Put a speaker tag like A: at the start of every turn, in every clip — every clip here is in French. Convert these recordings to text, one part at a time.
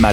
A: La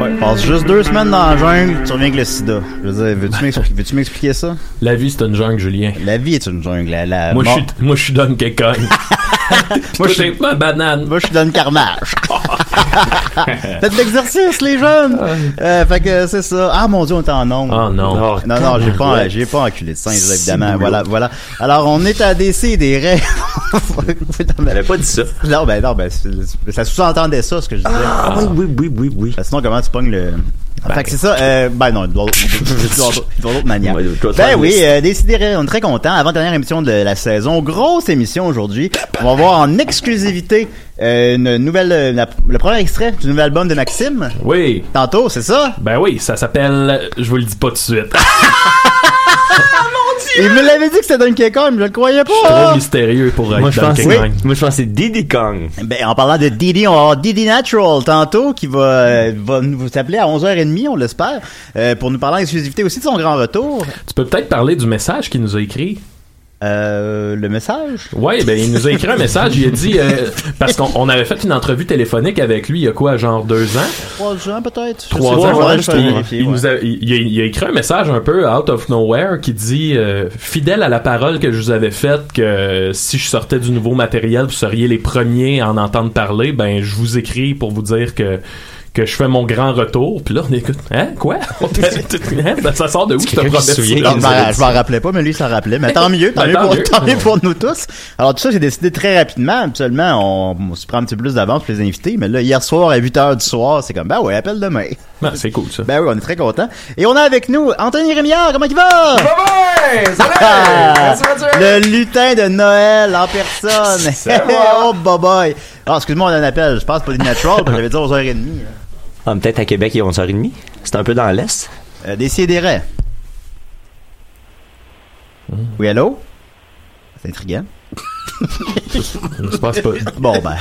B: Ouais, passe juste deux semaines dans la jungle, tu reviens avec le sida. Je veux dire, veux-tu m'expliquer, veux-tu m'expliquer ça?
C: La vie, c'est une jungle, Julien.
B: La vie est une jungle. La, la
C: Moi, je
B: mort-
C: suis- moi, je suis Donkey Kong.
B: Moi, je
C: J'ai
B: suis-
C: pas banane.
B: moi, je suis dans le carnage. Faites de l'exercice, les jeunes! Euh, fait que c'est ça. Ah mon dieu, on est en nombre.
C: Oh non.
B: Non, non, j'ai pas, j'ai pas enculé de singe, là, évidemment. Voilà, voilà. Alors, on est à DC des rêves.
D: J'avais pas dit ça.
B: non, ben, non, ben, c'est- ça sous-entendait ça, ce que je disais.
D: Ah, oui, oui, oui, oui,
B: Ben, sinon, comment tu pognes le. Fait que c'est ça, euh, ben non, d'une autre- d'une autre manière.
D: Ouais, je dois te
B: Ben
D: faire
B: oui,
D: une liste.
B: euh, décidérez, on est très content. Avant-dernière émission de la saison, grosse émission aujourd'hui. On va voir en exclusivité euh, une nouvelle, euh, la- le premier extrait du nouvel album de Maxime.
C: Oui.
B: Tantôt, c'est ça?
C: Ben oui, ça s'appelle. Je vous le dis pas tout de suite.
D: Ah!
B: Il me l'avait dit que c'était Donkey Kong, mais je le croyais
C: Trop
B: pas!
C: mystérieux pour être
D: Moi, je pense
C: Donkey Kong.
D: Moi, je pense que c'est Diddy Kong.
B: Ben, en parlant de Didi, on va avoir Didi Natural tantôt qui va, euh, va nous vous appeler à 11h30, on l'espère, euh, pour nous parler en exclusivité aussi de son grand retour.
C: Tu peux peut-être parler du message qu'il nous a écrit.
B: Euh, le message?
C: Ouais, ben il nous a écrit un message. Il a dit euh, parce qu'on on avait fait une entrevue téléphonique avec lui il y a quoi, genre deux ans.
B: Trois ans peut-être?
C: trois
B: Je sais pas,
C: ans,
B: faudrait
C: ouais,
B: que je
C: puis
B: fasse vérifier,
C: il,
B: ouais.
C: nous a, il- il a- il a écrit un message un peu out of nowhere qui dit euh, fidèle à la parole que je vous avais faite que euh, si je sortais du nouveau matériel vous seriez les premiers à en entendre parler ben je vous écris pour vous dire que que je fais mon grand retour puis là on écoute hein quoi Hein? Ben, ça sort de où cette Ben,
D: quelqu'un qui se
C: promesse
D: souvient
B: Non, je m'en- je m'en rappelais pas, mais lui, il s'en rappelait. Mais tant mieux, tant,
C: Ben,
B: mieux,
C: tant
B: pour,
C: mieux.
B: tant mieux pour nous tous. Alors, tout ça, j'ai décidé très rapidement. Habituellement, on, on se prend un petit peu plus d'avance pour les invités. Mais là, hier soir, à 8 h du soir, c'est comme, ben ouais, appelle demain.
C: Ben, c'est cool ça
B: Ben oui, on est très contents. Et on a avec nous Anthony Rémillard. Comment il va? Ah! Le lutin de Noël en personne. oh, bye bye. Alors, excuse-moi, on a un appel. Je pense pas des natural, parce que j'avais dit 11h30.
D: Ah, peut-être à Québec, il est 11h30. C'est un peu dans l'Est.
B: Euh, Décidérez.
D: Hmm.
B: Oui, allô? C'est intriguant.
C: je pense pas
B: Bon, ben.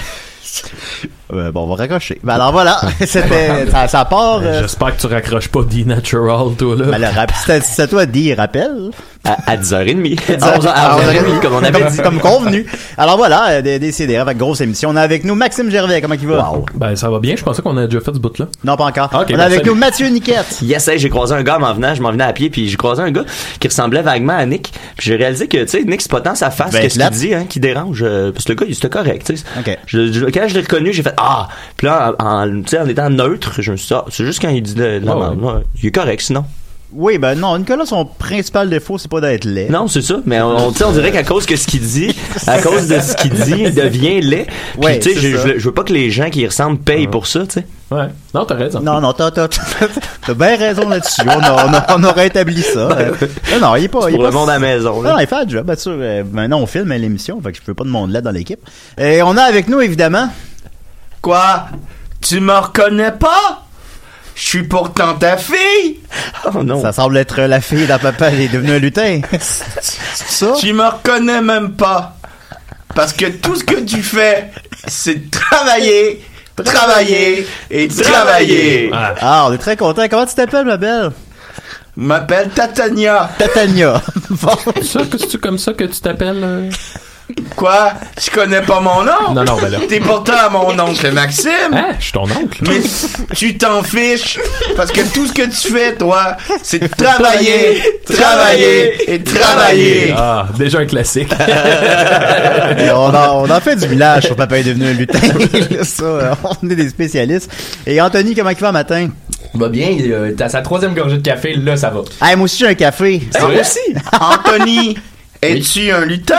B: Euh, bon, on va raccrocher. Ben, alors voilà, c'était ça, ça part.
C: Euh,
D: Ben,
B: euh,
C: J'espère que tu raccroches pas The Natural, toi, là.
B: ben, le rap- c'est c'est à toi de dire rappel.
E: À, à 10h30.
B: Ah,
E: À 11h, à
B: on aurait
E: 11h30, comme on avait dit.
B: Comme convenu. Alors voilà, euh, des, des CDR avec grosse émission. On a avec nous Maxime Gervais, comment il va?
C: Ben, ça va bien. Je pensais qu'on a déjà fait ce bout-là.
B: Non, pas encore.
C: Ah, ok,
B: on
E: ben,
B: a
C: bon,
B: avec
C: salut.
B: nous Mathieu Niquette.
E: Yes, hey, j'ai croisé un gars en m'en venant, je m'en venais à pied, puis j'ai croisé un gars qui ressemblait vaguement à Nick. Puis j'ai réalisé que, tu sais, Nick, c'est pas tant sa face
B: Ben,
E: que ce
B: là-
E: qu'il dit, hein, qui dérange. euh, parce que le gars, il était correct, tu sais.
B: Ok.
E: Je- je- quand je l'ai reconnu, j'ai fait Ah! Puis là, en, en- tu sais, en étant neutre, je me suis dit, ah, c'est juste quand il dit de, de la
B: Oh,
C: Ouais,
E: merde, ouais. Il est correct, sinon.
B: Oui, ben non, Nicolas, son principal défaut, c'est pas d'être laid.
E: Non, c'est ça, mais on, on- tu sais, on dirait qu'à cause que ce qu'il dit, à cause de ce qu'il dit, il devient laid. Puis,
B: Ouais,
E: tu sais,
B: c'est
E: je,
B: ça.
E: je veux- je veux pas que les gens qui y ressemblent payent pour ça, tu sais.
C: Ouais. Non, t'as raison.
B: Non, non, t'as, t'as, t'as bien raison là-dessus. On, a- on, a- on aurait établi ça. Euh, Non, non, il est pas. il est
E: Pour
B: pas
E: le monde à la maison.
B: Non,
E: là.
B: non, il fait un job, bien sûr. Euh, Maintenant, on filme l'émission, fait que je peux pas de monde là dans l'équipe. Et on a avec nous, évidemment.
F: Quoi Tu me reconnais pas Je suis pourtant ta fille
E: Oh non.
B: Ça semble être la fille d'un papa, elle est devenue un lutin. ça?
F: Tu me reconnais même pas Parce que tout ce que tu fais, c'est travailler, travailler et travailler.
C: Ah.
B: Ah, on est très content. Comment tu t'appelles, ma belle?
F: Je M'appelle Tatania.
B: Tatania. Bon.
C: Ça, que c'est comme ça que tu t'appelles? euh?
F: Quoi Je connais pas mon nom
C: Non, non, ben là.
F: T'es pourtant mon oncle Maxime
C: Hein? Je suis ton oncle.
F: mais tu t'en fiches parce que tout ce que tu fais, toi, c'est de travailler, travailler et travailler.
C: Ah, déjà un classique.
B: Et on, en, on en fait du village sur papa est devenu un lutin. ça, euh, on est des spécialistes. Et Anthony, comment il va matin?
A: Va bien, euh, t'as sa troisième gorgée de café, là ça va.
B: Ah, moi aussi, j'ai un café.
A: Ah, moi aussi!
F: Anthony, es-tu un lutin?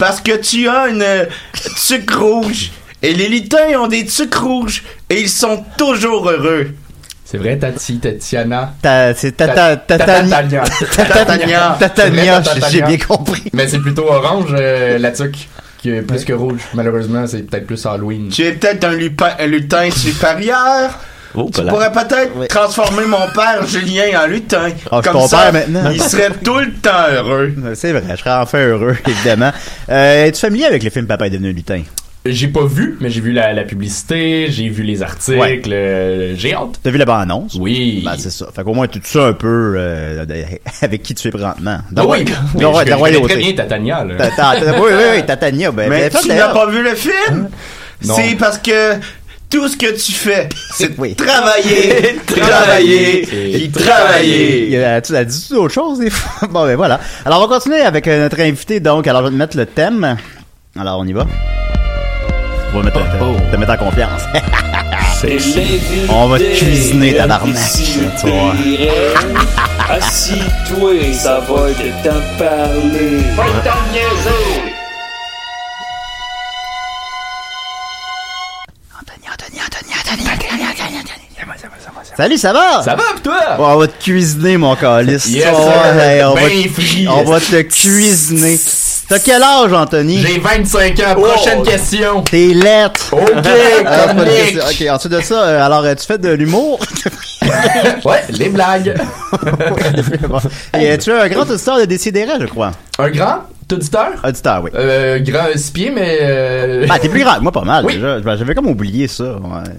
F: Parce que tu as une euh, sucre rouge. Et les lutins ont des sucres rouges. Et ils sont toujours heureux.
A: C'est vrai, Tati, Tatiana.
B: Ta- C'est
A: Ta-
B: tata, tatania.
A: Tatania.
B: Tatania. Tatania,
A: C'est vrai,
B: j'ai
A: Tatania.
B: bien compris.
A: Mais c'est plutôt orange, euh, la tuque, qui est plus que rouge. Malheureusement, c'est peut-être plus Halloween.
F: Tu es peut-être un, lupa- un lutin supérieur.
E: Oh,
F: Tu
E: voilà.
F: pourrais peut-être
B: Oui.
F: transformer mon père Julien en lutin.
B: Ah, c'est
F: Comme
B: ton
F: ça,
B: père maintenant.
F: il serait tout le temps heureux.
B: C'est vrai, je serais enfin heureux, évidemment. Euh, Es-tu familier avec le film Papa est devenu un lutin?
A: J'ai pas vu, mais j'ai vu la, la publicité, j'ai vu les articles, euh, j'ai hâte.
B: T'as vu la bande-annonce?
A: Oui.
B: Ben, c'est ça. Fait qu'au moins, tu sais un peu euh, de- avec qui tu es présentement.
A: Ah oui, oui,
B: De- de-
A: je,
B: de- de-
A: je connais
B: de-
A: très bien Tatania, là.
B: Tata- tata- Oui, oui, oui, Tatania. Ben,
F: Mais
B: ben,
F: tu n'as
B: d'ailleurs,
F: pas vu le film?
A: Non.
F: C'est parce que tout ce que tu fais, c'est
B: Oui.
F: travailler, travailler,
A: Et
F: et travailler.
B: il y a- Tu as dit autre chose des fois. Bon, ben voilà. Alors, on va continuer avec euh, notre invité. Donc, alors, je vais te mettre le thème. Alors, on y va. On va mettre, te mettre en confiance. on va te cuisiner ta barnaque. tu vois.
G: Assis-toi, ça va être temps de parler.
B: Salut, ça va?
A: Ça va, pis toi?
B: Ouais, on va te cuisiner, mon calice.
A: Yes,
B: Ouais,
A: sir.
B: hey, on, va
A: Ben
B: te-
A: frit.
B: on va te cuisiner. T'as quel âge, Anthony?
A: J'ai 25 ans, prochaine
B: Oh.
A: question.
B: Tes lettres.
A: Ok,
B: Ah,
A: comme
B: pas de
A: Nick.
B: question. ok, ensuite de ça, euh, alors euh, tu fais de l'humour.
A: Ouais, les blagues.
B: Et euh, tu es un grand auditeur de Décideret, je crois.
A: Un grand auditeur?
B: Auditeur, oui.
A: Euh, grand euh, six pieds, mais... euh,
B: Bah, t'es plus grand que moi, pas mal
A: Oui.
B: déjà. Ben, J'avais comme oublié ça. ouais.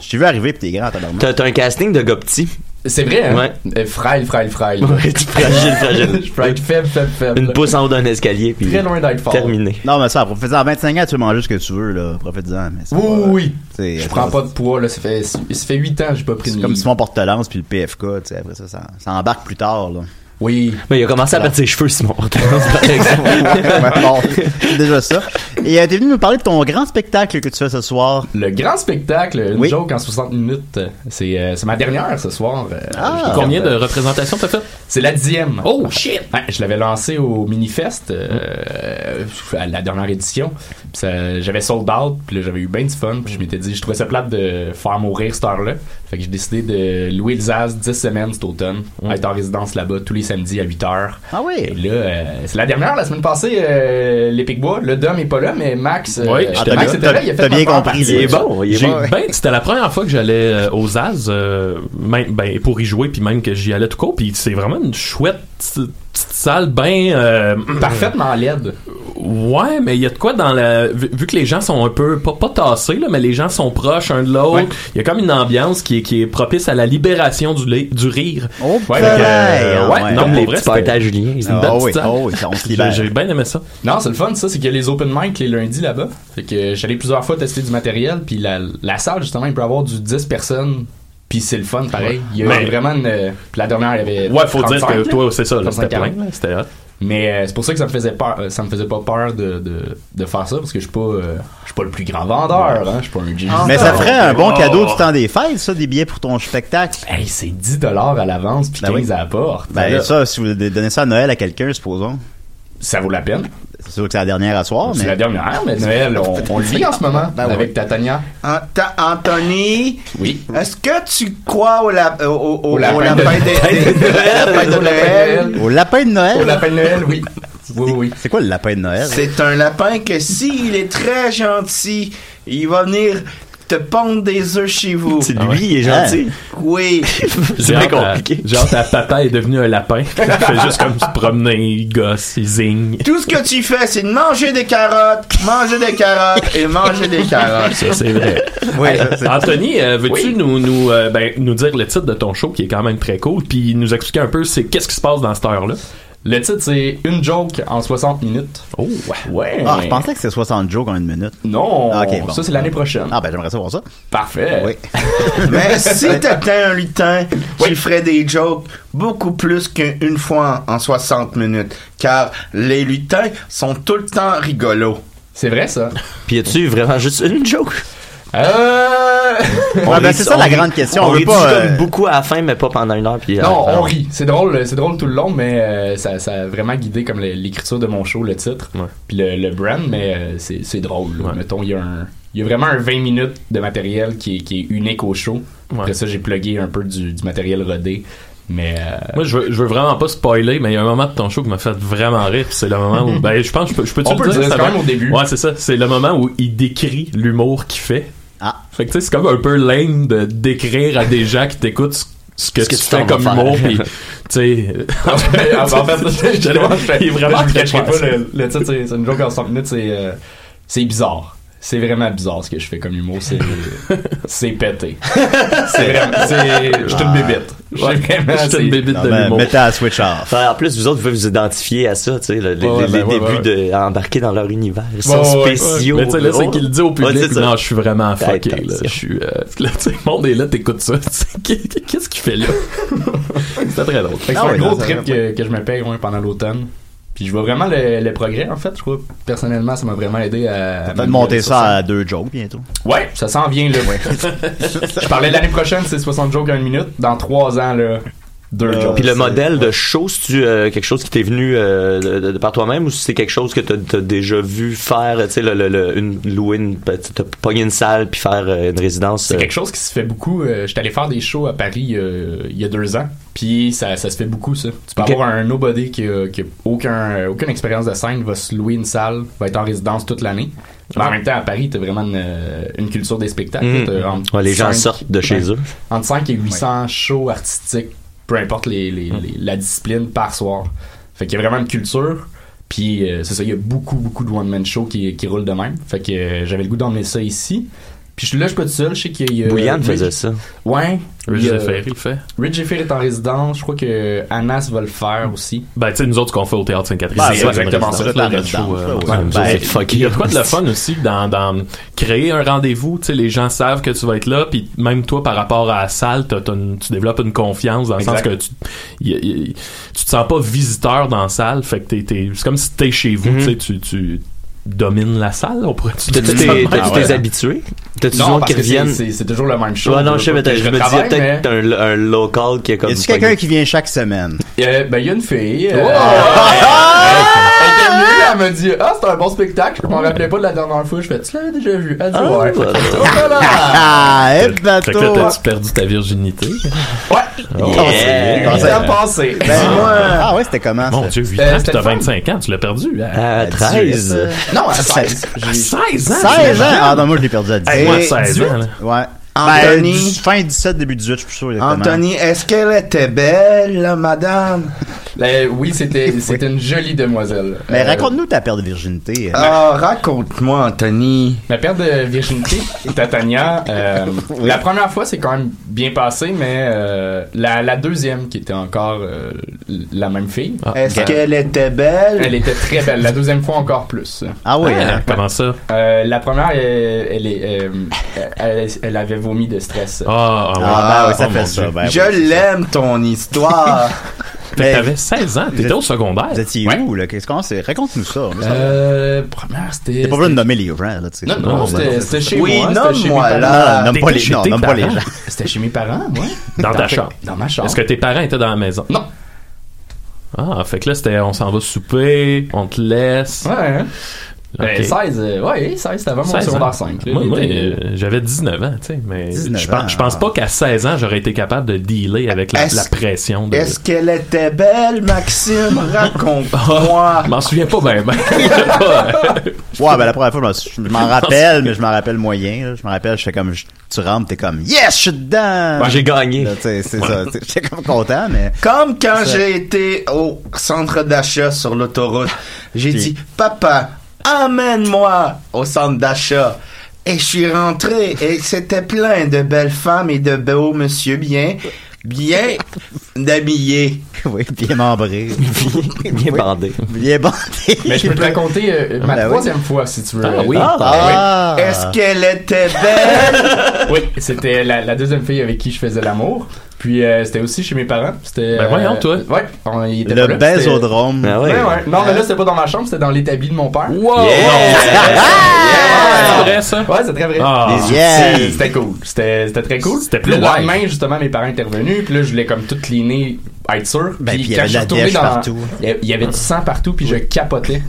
B: Je t'ai vu arriver pis t'es grand, t'as
E: T'as t'as un casting de gars petits.
A: C'est vrai, hein?
E: Ouais.
A: Euh, frail, frail, frail.
E: Ouais, tu fragile, fragile.
A: Je peux être faible, faible, faible.
E: Une pouce en haut d'un escalier, puis
A: Très loin d'être fort.
E: terminé.
B: Non, mais ça, profite-en. À 25 ans, tu veux manger ce que tu veux, là. Profite-en. mais c'est
A: Oui,
B: pas-
A: oui, oui.
B: c'est-
A: Je
B: c'est
A: prends pas de poids, là. Ça fait, ça fait 8 ans que j'ai pas pris de
B: C'est comme
A: livre.
B: Simon Portelance puis le PFK, tu sais, après ça, ça, ça embarque plus tard, là.
A: Oui.
E: Mais il a commencé à perdre ses cheveux, Simon. Par exemple.
B: Ouais, bon, c'est déjà ça. Et euh, t'es venu nous parler de ton grand spectacle que tu fais ce soir.
A: Le grand spectacle, une
B: Oui.
A: joke en 60 minutes, euh, c'est euh, c'est ma dernière ce soir. euh,
E: Ah,
B: Ah.
A: je l'ai
C: Ah, Combien
A: faite,
C: de
A: euh,
C: représentations t'as fait?
A: C'est la dixième.
C: Oh shit!
A: Ouais, je l'avais lancé au Minifest, euh, à la dernière édition. Puis ça- J'avais sold out, puis là, j'avais eu bien du fun. Puis je m'étais dit, je trouvais ça plate de faire mourir cette heure-là. Fait que j'ai décidé de louer le Zaz 10 semaines cet automne, être en résidence là-bas tous les samedis à 8h.
B: Ah oui.
A: Et là, euh, c'est la dernière, la semaine passée, euh, l'Épic Bois. Le Dom est pas là, mais Max, euh,
C: Oui, j'étais
A: Max
C: là.
A: était là, il a fait
B: T'as
A: ma
B: bien
A: part
B: compris,
A: partie.
E: Il est bon, il est
C: J'ai
E: bon.
C: ben, c'était la première fois que j'allais euh, aux As, euh, même, ben, pour y jouer, puis même que j'y allais tout court, puis c'est vraiment une chouette petite petite salle, ben, euh,
A: Parfaitement laide.
C: Ouais, mais il y a de quoi dans la. Vu, vu que les gens sont un peu. Pas, pas tassés, là, mais les gens sont proches un de l'autre. Il y a comme une ambiance qui est, qui est propice à la libération du, lait- du rire.
B: Oh,
C: ouais,
B: pareil,
C: euh,
B: hein,
C: ouais,
B: ouais.
C: non,
B: Comme
C: pour
B: les
C: vrai,
B: petits
C: c'était- oh,
B: parties à Julien,
C: c'est une
B: ça.
C: belle
B: Ah
C: petite
B: oui,
C: salle.
B: ah oui, ça, on se
C: J'ai-
A: libère.
C: J'ai bien aimé ça.
A: Non, c'est le fun, ça, c'est qu'il y a les open mic les lundis là-bas. Fait que euh, j'allais plusieurs fois tester du matériel, puis la, la salle, justement, il peut avoir du 10 personnes, puis c'est le fun, pareil. Il y a
C: Mais-
A: vraiment une. euh, puis la dernière, il y avait.
C: Ouais, faut dire
A: 35,
C: que toi,
A: là.
C: c'est ça, là, c'était
A: 35,
C: plein, là, c'était hot.
A: Mais euh, c'est pour ça que ça me faisait peur, euh, ça me faisait pas peur de, de, de faire ça, parce que je suis pas, euh, je suis pas le plus grand vendeur, hein, je suis pas un GG.
B: Mais Ah, ça ferait un bon cadeau du temps des fêtes, ça, des billets pour ton spectacle.
A: Hey, c'est 10 dollars à l'avance puis 15 à la porte.
B: Ben
A: Là.
B: ça, si vous donnez ça à Noël à quelqu'un, supposons.
A: Ça vaut la peine.
B: C'est sûr que c'est la dernière à soir, Oh, mais.
A: C'est la dernière, hein, mais Noël, on, on le vit en ce moment,
B: Ben
A: avec Tatania.
F: Anta- Ah, Anthony,
A: oui.
F: est-ce que tu crois au, la- au, au, au-
A: Au lapin
F: au
A: de-
F: lapin de- de- de- lapin de Noël?
B: Au lapin de Noël.
A: Au lapin de Noël, oui. Oui, oui.
B: C'est quoi le lapin de Noël?
F: C'est un lapin que s'il est très gentil, il va venir te pondre des œufs chez vous.
C: C'est lui, Ah ouais. il est gentil.
F: Oui.
C: J'ai hâte à- J'ai hâte, à papa est devenu un lapin. il fait juste comme se promener, il gosse, il zigne.
F: Tout ce que tu fais, c'est de manger des carottes, manger des carottes et manger des carottes.
C: Ça, c'est vrai.
F: ça, c'est-
C: Anthony, euh, veux-tu nous, nous, euh, ben, nous dire le titre de ton show qui est quand même très cool, puis nous expliquer un peu c'est qu'est-ce qui se passe dans cette heure-là?
A: Le titre, c'est Une joke en 60 minutes.
C: Oh,
A: ouais.
B: Ah, je pensais que c'était 60 jours en une minute.
A: Non,
B: Ah, ok, bon.
A: ça c'est l'année prochaine.
B: Ah, ben j'aimerais savoir ça.
A: Parfait.
B: Oui.
F: Mais Ben, si t'étais un lutin, tu ferais des jokes beaucoup plus qu'une fois en 60 minutes. Car les lutins sont tout le temps rigolos.
A: C'est vrai, ça?
E: Puis tu vraiment juste une joke?
A: Euh...
E: On
B: Ouais, ben,
E: rit-
B: c'est ça
E: on
B: la
E: rit-
B: grande question.
E: On,
B: On veut
E: rit
B: pas.
E: du
B: euh,
E: comme beaucoup à la fin, mais pas pendant une heure. Puis
A: ben, Non,
E: euh,
A: on rit. C'est drôle, c'est drôle tout le long, mais euh, ça, ça a vraiment guidé comme le- l'écriture de mon show, le titre, puis le, le brand, mais euh, c'est c'est drôle. là. Mettons, il y, a un- il y a vraiment un 20 minutes de matériel qui est, qui est unique au show. Après ça, j'ai plugué un peu du, du matériel rodé, mais... euh,
C: Moi, je veux, je veux vraiment pas spoiler, mais il y a un moment de ton show qui m'a fait vraiment rire. puis C'est le moment où. Ben, je pense, je peux, je peux te
A: On peut le dire,
C: ça
A: c'est quand
C: va-
A: même au début.
C: Ouais, c'est ça. C'est le moment où il décrit l'humour qu'il fait. Ah. Fait que, tu sais, c'est comme un peu lame de décrire à des gens qui t'écoutent ce- ce que
A: Ce que
C: tu
A: tu
C: fais
A: t'en
C: comme
A: vas faire.
C: humour, puis, tu sais.
A: en fait, Ah en fait, je- je-
C: il est vraiment
A: je vous
C: très
A: cacherai
C: fort.
A: pas, le, le titre, c'est c'est une joke en 5 minutes, c'est euh, c'est bizarre. C'est vraiment bizarre ce que je fais comme humour, c'est c'est pété. C'est vraiment, c'est je suis une bébite. Je suis
E: Ah. Ouais.
A: vraiment,
E: Je suis une
A: Ben, c'est-
E: bébite de l'humour.
B: ben, Mettez à switch off.
E: Enfin, en plus, vous autres, vous pouvez vous identifier à ça, tu sais, le- les,
C: Ouais,
E: les-
C: ben,
E: les
C: ouais,
E: débuts
C: ouais.
E: de embarquer dans leur univers. Ils
C: Ouais,
E: sont
C: ouais, ouais.
E: spéciaux.
C: Mais tu sais, là, c'est
E: Oh.
C: qu'il le dit au
E: Ouais,
C: public.
E: c'est ça.
C: non, je suis vraiment fucké.
E: Attention.
C: Là, je suis. euh, là, tu sais, le monde est là, t'écoutes ça. tu sais, qu'est- Qu'est-ce qu'il fait là? C'était très drôle.
A: Fait
E: Ah
A: que c'est un gros trip que, que je me paye ouais, pendant l'automne. Puis je vois vraiment le, le progrès, en fait. Je crois, personnellement, ça m'a vraiment aidé à.
B: Peut-être monter ça à deux jokes bientôt.
A: Ouais, ça s'en vient, là. je parlais l'année prochaine, c'est 60 jokes en une minute. Dans trois ans, là, deux jokes.
E: Euh, Puis le modèle de show, c'est-tu euh, quelque chose qui t'est venu euh, de, de- de par toi-même ou si c'est quelque chose que t'as as déjà vu faire, tu sais, le, le- le- une, louer une, petite- t'as pogné une salle puis faire euh, une résidence?
A: C'est quelque chose qui se fait beaucoup. Euh, J'étais allé faire des shows à Paris euh, il y a deux ans. Puis ça, ça se fait beaucoup, ça. Tu peux
E: Ok.
A: avoir un nobody qui a, qui a aucun, aucune expérience de scène, va se louer une salle, va être en résidence toute l'année. Mais en même temps, à Paris, t'as vraiment une, euh, une culture des spectacles.
E: Mhm.
A: T'as entre
E: Ouais, les gens
A: cinq-
E: sortent de chez eux.
A: Entre 5 et 800 shows artistiques, peu importe les, les-
E: Hmm.
A: les- la discipline, par soir. Fait qu'il y a vraiment une culture. Puis euh, c'est ça, il y a beaucoup, beaucoup de one-man shows qui, qui roulent de même. Fait que euh, j'avais le goût d'emmener ça ici. Puis je suis là, je suis pas tout seul. Je sais qu'il y a. euh,
E: Bouillane
A: Rich-
E: faisait ça.
A: Ouais.
C: Rich
A: Il y a-
C: Zephyr, il le fait.
A: Rich Zephyr est en résidence. Je crois que Anas va le faire aussi.
C: Ben, tu sais, nous autres, ce qu'on fait au Théâtre Sainte-Catherine,
A: Ben,
C: une
A: c'est exactement
C: résidence,
A: ça,
C: là,
A: la
C: notre show,
A: résidence,
C: euh,
A: là, ouais.
C: ensemble,
A: Ben,
C: ça, c'est-
A: fuck
C: Il y a de
A: you.
C: quoi de le fun aussi dans, dans créer un rendez-vous. Tu sais, les gens savent que tu vas être là, puis même toi, par rapport à la salle, t'as- t'as une- tu développes une confiance dans le sens
A: Exact.
C: que tu, y- y- tu te sens pas visiteur dans la salle. Fait que t'es, t'es- c'est comme si t'es chez vous,
E: Mhm.
A: Mm-hmm.
C: tu sais, tu, tu domines la salle, on pourrait-tu
E: T'as-tu
C: dire
E: tes-
C: ça de même?
E: t'as-tu
C: Ah ouais.
E: tes habitués? T'as-tu du
A: Non,
E: monde
A: parce
E: qui
A: que c'est-
E: reviennent?
A: c'est- c'est toujours la même chose.
E: Ouais, non, je sais,
A: Pas
E: mais
A: que
E: t'as-
A: je
E: je me dis, il y a
A: retravaille,
E: peut-être un, un local qui est comme.
B: Ben, Y a-tu quelqu'un qui vient chaque semaine?
A: Euh, ben, il y a une fille. euh,
B: Oh!
A: Elle était venue, elle m'a dit Ah, c'était un bon spectacle. Je m'en rappelais pas de la dernière fois. Je fais Tu l'avais déjà vu Elle dit
B: Ah,
A: Ouais.
B: voilà.
A: Fait que, oh, voilà.
B: Ah, eh,
C: Fait que là,
B: bateau!
C: t'as-tu perdu ta virginité?
A: Ouais!
B: Yeah.
A: Il a passé.
B: Ben, moi- Ah ouais, c'était comment?
C: Mon
B: ça?
C: Dieu, 8
A: Euh,
C: ans,
A: c'était
C: puis t'as
A: le fun.
C: 25 ans, tu l'as perdu. hein?
E: À 13.
A: Non, à 16.
C: À 16 ans?
B: 16 ans! Ah non, moi je l'ai perdu à 10.
C: Hey, moi, 16 ans, là.
B: Ouais.
F: Anthony.
B: Ben, dix- fin 17, début 18, je suis sûr. exactement.
F: Anthony, est-ce qu'elle était belle, la madame?
A: Ben oui, c'était c'était une jolie demoiselle.
B: Mais
A: Euh,
B: raconte-nous ta perte de virginité.
F: Ah, raconte-moi, Anthony.
A: Ma perte de virginité, Tatania, euh, la première fois, c'est quand même bien passé, mais euh, la, la deuxième, qui était encore euh, la même fille.
C: Ah,
F: Est-ce
A: Euh,
F: qu'elle était belle?
A: Elle était très belle. La deuxième fois, encore plus.
B: Ah oui,
A: hein?
C: Comment ça?
A: Euh, la première, euh, elle, est, euh, elle, elle avait vomi de stress.
C: Ah, ah, ouais.
F: Ah,
C: ben oui, ça fait ça, ben oui,
F: je l'aime, ton histoire.
C: Fait que t'avais 16 ans, t'étais au secondaire.
B: Vous étiez où, là? Qu'est-ce qu'on sait? Raconte-nous ça. on veut savoir.
A: Euh, première, c'était.
B: T'es pas obligé de nommer les gens, là, tu sais.
A: Non, non, c'était c'était chez
F: Oui,
A: moi. c'était chez mes
F: nomme-moi,
A: parents.
F: là.
B: Non, nomme pas les,
C: T'étais
B: non,
C: chez
B: nomme
C: tes
B: pas les
C: parents.
B: gens.
A: C'était chez mes parents, moi.
C: Dans ta chambre.
A: Dans ma chambre.
C: Est-ce que tes parents étaient dans la maison?
A: Non.
C: Ah, fait que là, c'était on s'en va souper, on te laisse.
A: Ouais, hein. Ben,
C: Ok.
A: 16, euh, ouais, 16, c'était vraiment mon
C: 16 ans.
A: secondaire 5. là.
C: Moi, moi,
A: L'été,
C: euh, j'avais 19 ans, tu sais, mais
B: 19
C: je, pense,
B: ans.
C: je pense pas qu'à 16 ans, j'aurais été capable de dealer avec la,
F: Est-ce-
C: la pression. De...
F: Est-ce qu'elle était belle, Maxime? Raconte-moi.
C: Je m'en souviens pas bien, ben.
B: Ouais, ben la première fois, je m'en suis- je m'en rappelle, mais je m'en rappelle moyen. là. Je m'en rappelle, je fais comme, je- tu rentres, t'es comme, yes, je suis dedans!
E: J'ai gagné.
B: Là, tu sais, C'est ça, tu sais, j'étais comme content, mais.
F: Comme quand j'ai été au centre d'achat sur l'autoroute, j'ai dit Papa, amène-moi au centre d'achat. Et je suis rentré et c'était plein de belles femmes et de beaux monsieur bien, bien habillés.
B: Oui, bien membré.
E: Bien bandé.
B: bien bandé.
A: Mais je peux te raconter euh, ma
B: Ben oui.
A: troisième fois si tu veux.
C: Ah oui.
B: Ah, ah,
F: Est-ce qu'elle était belle?
A: Oui, c'était la, la deuxième fille avec qui je faisais l'amour. Puis euh, c'était aussi chez mes parents. C'était. euh,
C: Ben voyons, toi.
A: Ouais. on- il était pas
B: le
A: là, c'était-
B: bésodrome.
E: Ah
C: Ben
A: Ouais,
E: ouais.
F: Ben
A: ouais. Non, mais
F: Hein?
A: là, c'était pas dans ma chambre, c'était dans l'établi de mon père.
C: Wow!
B: Ah,
F: Ah!
C: C'est vrai, ça?
A: Ouais, c'est très vrai.
C: Ah.
B: Les Yeah.
A: C'est- C'était cool. C'était c'était très cool.
C: C'était
A: Puis
C: plus
A: Le
C: live.
A: lendemain, justement, mes parents intervenus. Puis là, je voulais comme tout cleaner, être sûr.
B: Ben, puis il y
A: quand
B: avait de
A: je suis
B: la
A: retourné
B: dèche
A: dans-
B: partout.
A: Il y a- il y avait du sang partout, puis je capotais.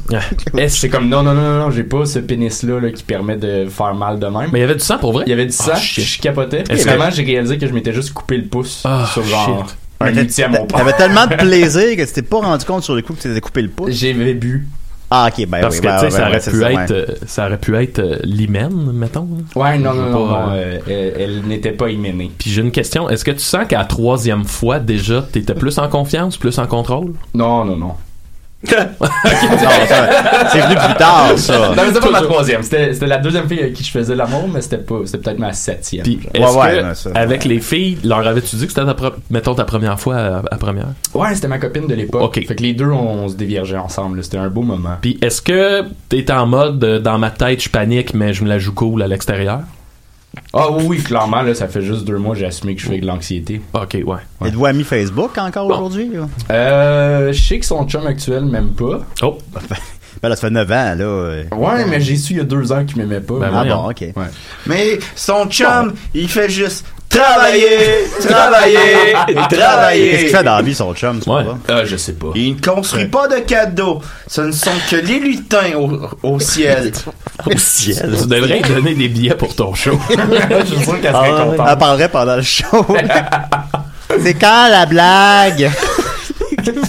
C: Est-ce-
A: C'est comme non, non, non, non, non, j'ai pas ce pénis-là là, qui permet de faire mal de même.
C: Mais il y avait du sang pour vrai?
A: Il y avait du sang,
C: Oh,
A: je,
C: shit.
A: je capotais. Puis
C: Est-ce que-
A: vraiment, j'ai réalisé que je m'étais juste coupé le pouce
C: Ah,
A: sur genre
C: shit.
A: un
B: Mais
A: huitième
B: t'a-
A: mon père.
B: T'avais tellement de plaisir que tu t'es pas rendu compte sur le coup que tu t'étais coupé le pouce.
A: J'avais bu.
B: Ah, ok, ben
C: Parce
B: oui,
C: que,
B: ben,
C: tu sais,
B: ouais,
C: ça,
B: ouais,
C: aurait
B: c'est
C: pu
B: ça, ouais.
C: être, euh, ça aurait pu être euh, l'hymen, mettons. là.
A: Ouais, non,
C: Je
A: non,
C: veux
A: non,
C: pas,
A: non,
C: euh,
A: euh, elle, elle n'était pas hyménée.
C: Puis j'ai une question. Est-ce que tu sens qu'à la troisième fois, déjà, t'étais plus en confiance, plus en contrôle?
A: Non, non, non.
B: Non, ça, C'est venu plus tard, ça.
A: Non, mais c'était pas ma troisième. C'était c'était la deuxième fille avec qui je faisais l'amour, mais c'était pas, c'était peut-être ma septième.
C: Puis
A: genre.
C: est-ce
B: ouais,
C: que,
B: ouais, ça, ouais.
C: avec les filles, leur avais-tu dit que c'était, ta pro- mettons, ta première fois à, à première?
A: Ouais, c'était ma copine de l'époque.
C: Ok.
A: Fait que les deux, on, on se déviergeait ensemble. là. C'était un beau moment.
C: Puis est-ce que t'étais en mode, euh, dans ma tête, je panique, mais je me la joue cool à l'extérieur?
A: Ah oui, oui, clairement, là, ça fait juste deux mois, j'ai assumé que je fais de l'anxiété.
C: OK, ouais.
B: Êtes-vous amis Facebook encore aujourd'hui? là?
A: Euh, je sais que son chum actuel m'aime pas.
C: Oh,
B: Ben là, ça fait 9 ans, là. euh.
A: Ouais, mais j'ai su il y a deux ans qu'il m'aimait pas.
C: Ben
B: Ah
C: voyons.
B: bon, ok.
A: Ouais.
F: Mais son chum, il fait juste travailler, travailler,
B: Qu'est-ce qu'il
F: travailler.
B: fait dans la vie, son chum, tu
C: Ouais.
B: vois?
A: Ah, je sais pas.
F: Il ne construit pas de cadeaux. Ce ne sont que les lutins au, au ciel.
E: Au ciel.
C: tu devrais lui donner des billets pour ton show.
A: je suis sûr qu'elle serait
B: Ah,
A: contente.
B: elle parlerait pendant le show. c'est quand la blague?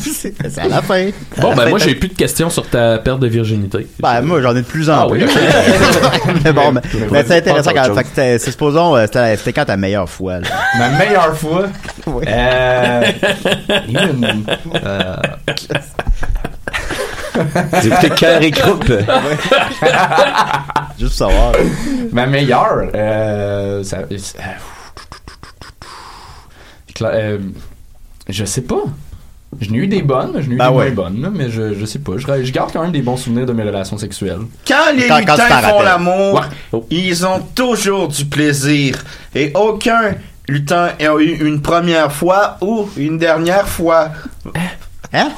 B: c'est c'est à la fin.
C: Bon, ben moi, j'ai plus de questions sur ta perte de virginité.
B: Ben, moi, j'en ai de plus en
C: Ah oui,
B: plus. mais bon, mais, mais
E: vas-y,
B: c'est intéressant
E: pense à
B: quand
E: autre
B: fait que c'était- c'est- supposons, euh, c'était c'était quand ta meilleure fois, là?
A: Ma meilleure fois.
B: Oui.
A: Euh, une- euh,
E: J'ai écouté cœur et groupe.
B: Juste pour savoir. là.
A: ma meilleure. Euh, ça, euh, Cla- euh, je sais pas. Je n'ai eu des bonnes, je n'ai eu
B: Ben
A: des
B: ouais.
A: moins bonnes, là, mais je, je sais pas. Je, ra- je garde quand même des bons souvenirs de mes relations sexuelles.
F: Quand les
B: Quand- quand tu t'en
F: lutins font
B: rappelles.
F: l'amour,
A: Ouais. Oh.
F: ils ont toujours du plaisir. Et aucun lutin a eu une première fois ou une dernière fois.
B: Hein?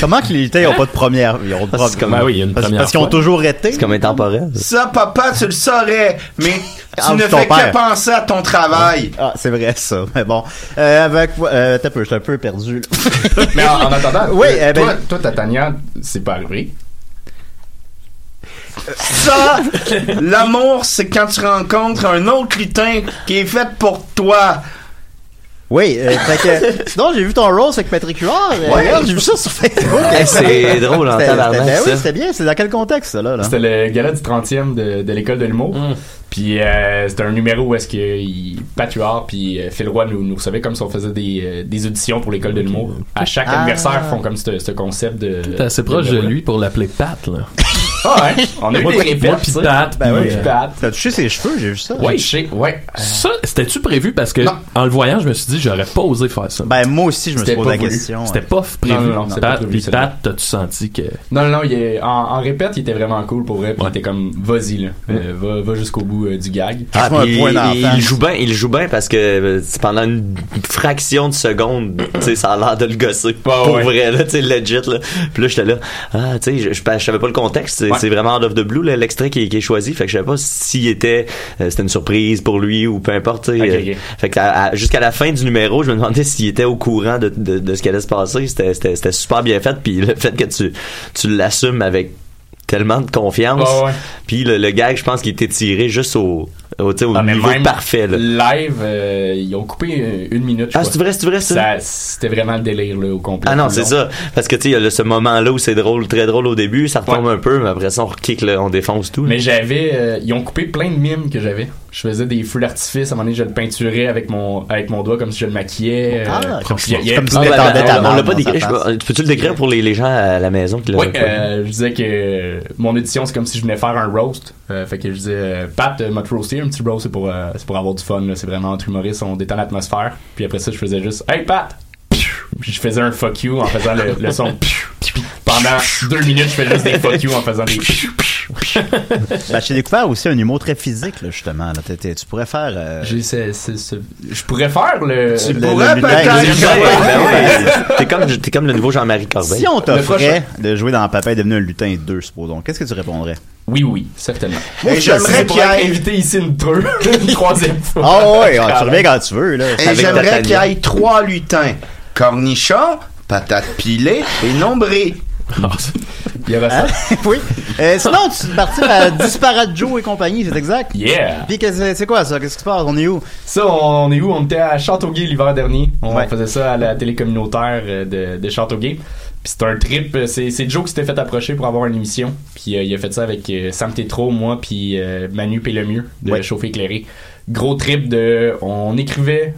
B: Comment que les lutins n'ont pas de première? Ils ont de
E: Parce que-
B: première-
C: Ben oui, il y a une
B: parce,
C: première
B: parce qu'ils ont
C: fois.
B: toujours été.
E: C'est comme intemporel.
F: Ça, papa, tu le saurais, mais tu
B: Ah,
F: ne
B: ton
F: fais
B: père.
F: que penser à ton travail.
B: Ah, c'est vrai, ça. Mais bon. Euh, avec, euh, t'as peu, je suis un peu perdu, là.
A: Mais en, en attendant,
B: Oui,
A: euh,
B: euh, ben-
A: toi, toi, ta Tania, c'est pas arrivé.
F: Ça, l'amour, c'est quand tu rencontres un autre lutin qui est fait pour toi.
B: Oui, euh, fait que, sinon j'ai vu ton rôle avec Patrick Huard. Euh,
E: Ouais.
B: regarde, j'ai vu ça sur Facebook.
E: Hey, c'est drôle en
B: C'était-
E: tabarnak,
B: c'était- ben
E: ça.
B: oui, c'était bien. C'est dans quel contexte, ça, là? là?
A: C'était le gala du 30e de, de l'école de l'humour.
C: Mm.
A: Puis euh, c'était un numéro où est-ce que il- Pat Huard puis euh, Phil Roy nous, nous recevaient comme si on faisait des, euh, des auditions pour l'école de l'humour. À chaque
C: Ah.
A: anniversaire, font comme ce ce concept de.
C: T'es assez proche de
A: numéro-là.
C: lui pour l'appeler Pat, là.
A: Ah ouais, on a eu
C: Moi,
A: des
C: puis- moi,
A: répètes.
C: puis
A: tu sais.
C: Pat,
A: Ben
C: puis,
A: oui,
C: euh,
A: puis Pat.
B: T'as touché ses cheveux, j'ai vu ça.
C: Ouais.
A: Touché, ouais.
C: Ça, c'était-tu prévu? Parce que, en le voyant, je me suis dit, j'aurais pas osé faire ça.
B: Ben, moi aussi, je me suis
C: C'était
B: posé
C: pas
B: la
C: voulu.
B: question.
C: C'était pas f- prévu.
A: Non, non, non, c'était pas
C: Pat,
A: prévu,
C: puis
A: c'est
C: Pat, t'as-tu senti que.
A: Non, non, non, il est, en, en répète, il était vraiment cool pour vrai. Puis il était comme, vas-y, là. Euh, va va jusqu'au bout euh, du gag.
E: Ah, puis il, il- il joue bien, il joue bien parce que euh, c'est pendant une fraction de seconde, tu sais, ça a l'air de le gosser. pour
A: ouais.
E: vrai, là, tu sais, legit, là. Puis là, j'étais là, ah, tu sais, je, je, je savais pas le contexte. C'est-
A: Ouais.
E: C'est vraiment out of the blue, là, l'extrait qui, est- qui est choisi. Fait que je savais pas s'il était, euh, c'était une surprise pour lui ou peu importe, tu sais.
A: Ok,
E: Euh,
A: ok.
E: Fait que à- à- jusqu'à la fin du numéro, je me demandais s'il était au courant de, de, de ce qui allait se passer. C'était, c'était, c'était super bien fait. Puis le fait que tu, tu l'assumes avec tellement de confiance.
A: Ouais, ouais.
E: Puis le, le gag, je pense qu'il était tiré juste au, au, tu sais, au
A: Ah, mais
E: niveau
A: même
E: parfait. Là.
A: Live, euh, ils ont coupé euh, une minute.
E: Ah, c'est vrai, c'est vrai, ça?
A: C'était vraiment le délire, là, au complet.
E: Ah non,
A: tout
E: c'est
A: le long.
E: ça. Parce que tu sais, il y a le- ce moment-là où c'est drôle, très drôle au début, ça retombe un peu, mais après ça, on kick, on défonce tout. là.
A: Mais j'avais. euh, ils ont coupé plein de mimes que j'avais. Je faisais des feux d'artifice. À un moment donné, je le peinturais avec mon, avec mon doigt comme si je le maquillais. euh,
E: Ah,
A: puis
E: franchement,
A: il y a-
E: comme si
A: Ah,
E: t'étais
A: ben,
E: en
A: ben,
E: bête à
A: on
E: mort
A: l'a
E: dans
A: pas décrit.
E: sa
A: Je-
E: face. Peux-tu le décrire pour les, les gens à la maison qui
A: Oui,
E: l'auraient pas?
A: euh, je disais que euh, mon audition, c'est comme si je venais faire un roast. Euh, fait que je disais, euh, Pat, euh, m'a te roasté. Un petit roast, c'est pour, euh, c'est pour avoir du fun. là. C'est vraiment entre humoristes, on détend l'atmosphère. Puis après ça, je faisais juste, Hey Pat! Puis Je faisais un fuck you en faisant le, le son. Pendant deux minutes, je faisais juste des fuck you en faisant des.
B: Ben, j'ai découvert aussi un humour très physique, là, justement. là. T'étais- tu pourrais faire. euh,
A: J'ai ce- ce- ce- Je pourrais faire le.
B: Tu pourrais peut-être.
A: le-
B: Ben oui, ben
E: T'es comme, t'es comme le nouveau Jean-Marie Corbeil.
B: Si on
E: prochain.
B: t'offrait de jouer dans Papa est devenu un lutin 2, supposons, qu'est-ce que tu répondrais?
A: Oui, oui, certainement.
B: Moi,
A: Et
B: je le sais
A: j'aimerais qu'il
B: pas.
A: aille invité ici une, deux, une troisième fois.
B: Ah ouais, ah, tu reviens quand tu veux, là.
F: Et j'aimerais qu'il y ait trois lutins. Cornichon, patate pilée et nombril.
A: Il y aura
B: ça. oui. Euh, sinon, tu partis à Disparate Joe et compagnie, c'est exact?
A: Yeah.
B: Puis qu'est-ce- c'est quoi ça? Qu'est-ce qui se passe? On est où?
A: Ça, on est où? On était à Châteauguay l'hiver dernier. On faisait ça à la télé communautaire euh, de, de Châteauguay. Puis c'était un trip. euh, C'est, c'est Joe qui s'était fait approcher pour avoir une émission. Puis euh, il a fait ça avec euh, Sam Tétro, moi, puis euh, Manu Pellemieux de
B: Ouais.
A: Chauffer Éclairé. Gros trip de... On écrivait,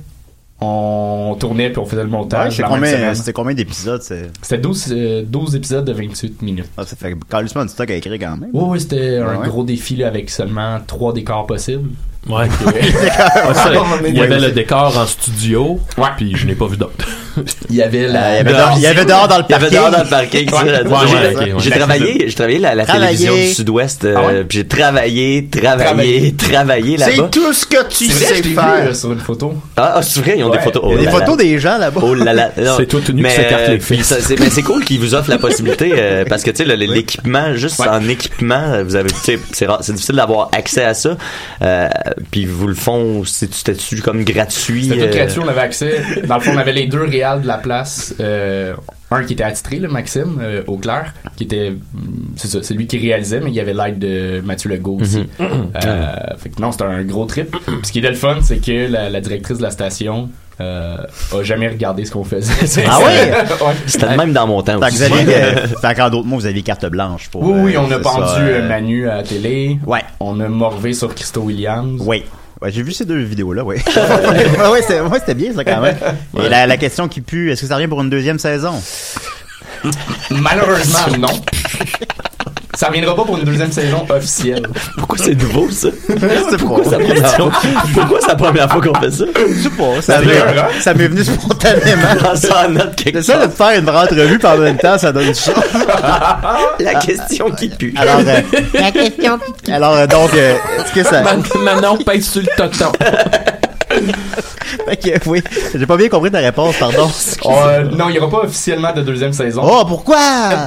A: on tournait, puis on faisait le montage.
B: Ouais, c'est
A: la même
B: combien, euh,
A: semaine.
B: c'était combien d'épisodes? C'est...
A: C'était 12, euh, 12 épisodes de 28 minutes.
B: Ah, ça fait carrément du stock à écrire quand même.
A: Oui, oui, c'était un
B: Ouais.
A: gros défi là, avec seulement trois décors possibles.
C: Ouais.
A: Donc, euh,
C: Ouais, ça, il y
A: Ouais,
C: avait le
A: c'est-
C: décor en studio, puis je n'ai pas vu d'autres.
A: Il y avait la.
B: Euh, Il y avait dehors- il y avait dehors dans le
E: Il y avait
B: parking.
E: dehors dans le parking. ça,
B: Ouais,
E: là,
B: ouais,
E: j'ai-
B: ouais, ouais, ouais.
E: J'ai
B: La
E: travaillé,
B: cuisine.
E: j'ai travaillé la, la
B: Travailler.
E: télévision du Sud-Ouest, euh,
B: Ah ouais?
E: puis j'ai travaillé, travaillé, travaillé là-bas.
F: C'est tout ce que tu
A: C'est vrai,
F: sais
A: je l'ai vu,
F: faire.
A: euh, sur une photo.
E: Ah, ah, c'est vrai, ils ont des photos.
B: Il y a
E: Oh
B: des
E: là
B: photos
E: là.
B: des gens là-bas.
E: Oh là là, non.
C: C'est tout nu
E: Mais,
C: qui s'écarte les
E: euh, puis ça, c'est- Mais c'est cool qu'ils vous offrent la possibilité euh, parce que tu sais le- le- l'équipement juste en équipement vous avez tu sais, c'est rare- c'est difficile d'avoir accès à ça euh, puis vous le font c'est- c'était-tu comme gratuit
A: C'était
E: euh,
A: toute créature, on avait accès. Dans le fond, on avait les deux réals de la place. Euh, un qui était attitré, le Maxime euh, Auclair, qui était. hum, C'est ça, c'est lui qui réalisait, mais il y avait l'aide de Mathieu Legault aussi.
E: Mhm.
A: Euh,
B: Ah.
A: fait que non, c'était un gros trip. Puis Ce qui était le fun, c'est que la, la directrice de la station. Euh, a jamais regardé ce qu'on faisait.
B: Ah ouais?
E: C'était le même dans mon temps
B: Fait que
E: aussi.
B: vous aviez, euh, fait encore d'autres mots, vous aviez carte blanche pour.
A: Oui, oui,
B: euh,
A: on a
B: c'est
A: pendu
B: ça, euh,
A: euh, Manu à la télé.
B: Ouais.
A: On a morvé sur Christo Williams.
B: Oui. Ouais, j'ai vu ces deux vidéos-là, oui. ouais, ouais, c'était, ouais, c'était bien, ça, quand même. Et la, la question qui pue, est-ce que ça revient pour une deuxième saison?
A: Malheureusement, non. Ça reviendra pas pour une deuxième saison officielle.
E: Pourquoi c'est nouveau ça
B: C'est
E: Pourquoi c'est la première fois- Pourquoi c'est la première fois qu'on fait ça
B: Je sais pas, ça,
E: C'est
B: m'est,
E: vrai.
B: ça m'est venu spontanément.
E: Prends ça en note quelque
B: J'essaie de te faire une vraie entrevue, puis en même temps, ça donne du chose.
E: La
B: Ah,
E: question qui pue.
B: Alors, euh, alors euh, donc, euh, est-ce que ça...
C: Manon pèse sur le toton.
B: Fait que, oui, j'ai pas bien compris ta réponse, pardon.
A: Euh, non, il n'y aura pas officiellement de deuxième saison.
B: Oh,
F: ah.
B: pourquoi?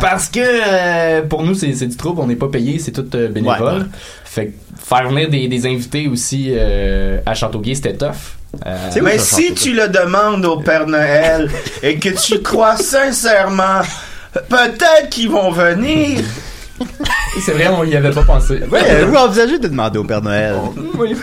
A: Parce que euh, pour nous, c'est c'est du trouble, on n'est pas payé, c'est tout euh, bénévole.
B: Ouais, ouais.
A: Fait que faire venir des, des invités aussi euh, à Châteauguay, c'était tough. Euh,
B: C'est où,
F: Mais
B: ça,
F: si
B: Châteauguay?
F: tu le demandes au Père Noël et que tu crois sincèrement, peut-être qu'ils vont venir.
A: c'est vrai, on y avait pas pensé.
B: Ouais, euh, vous envisagez de demander au Père Noël.
A: Oui.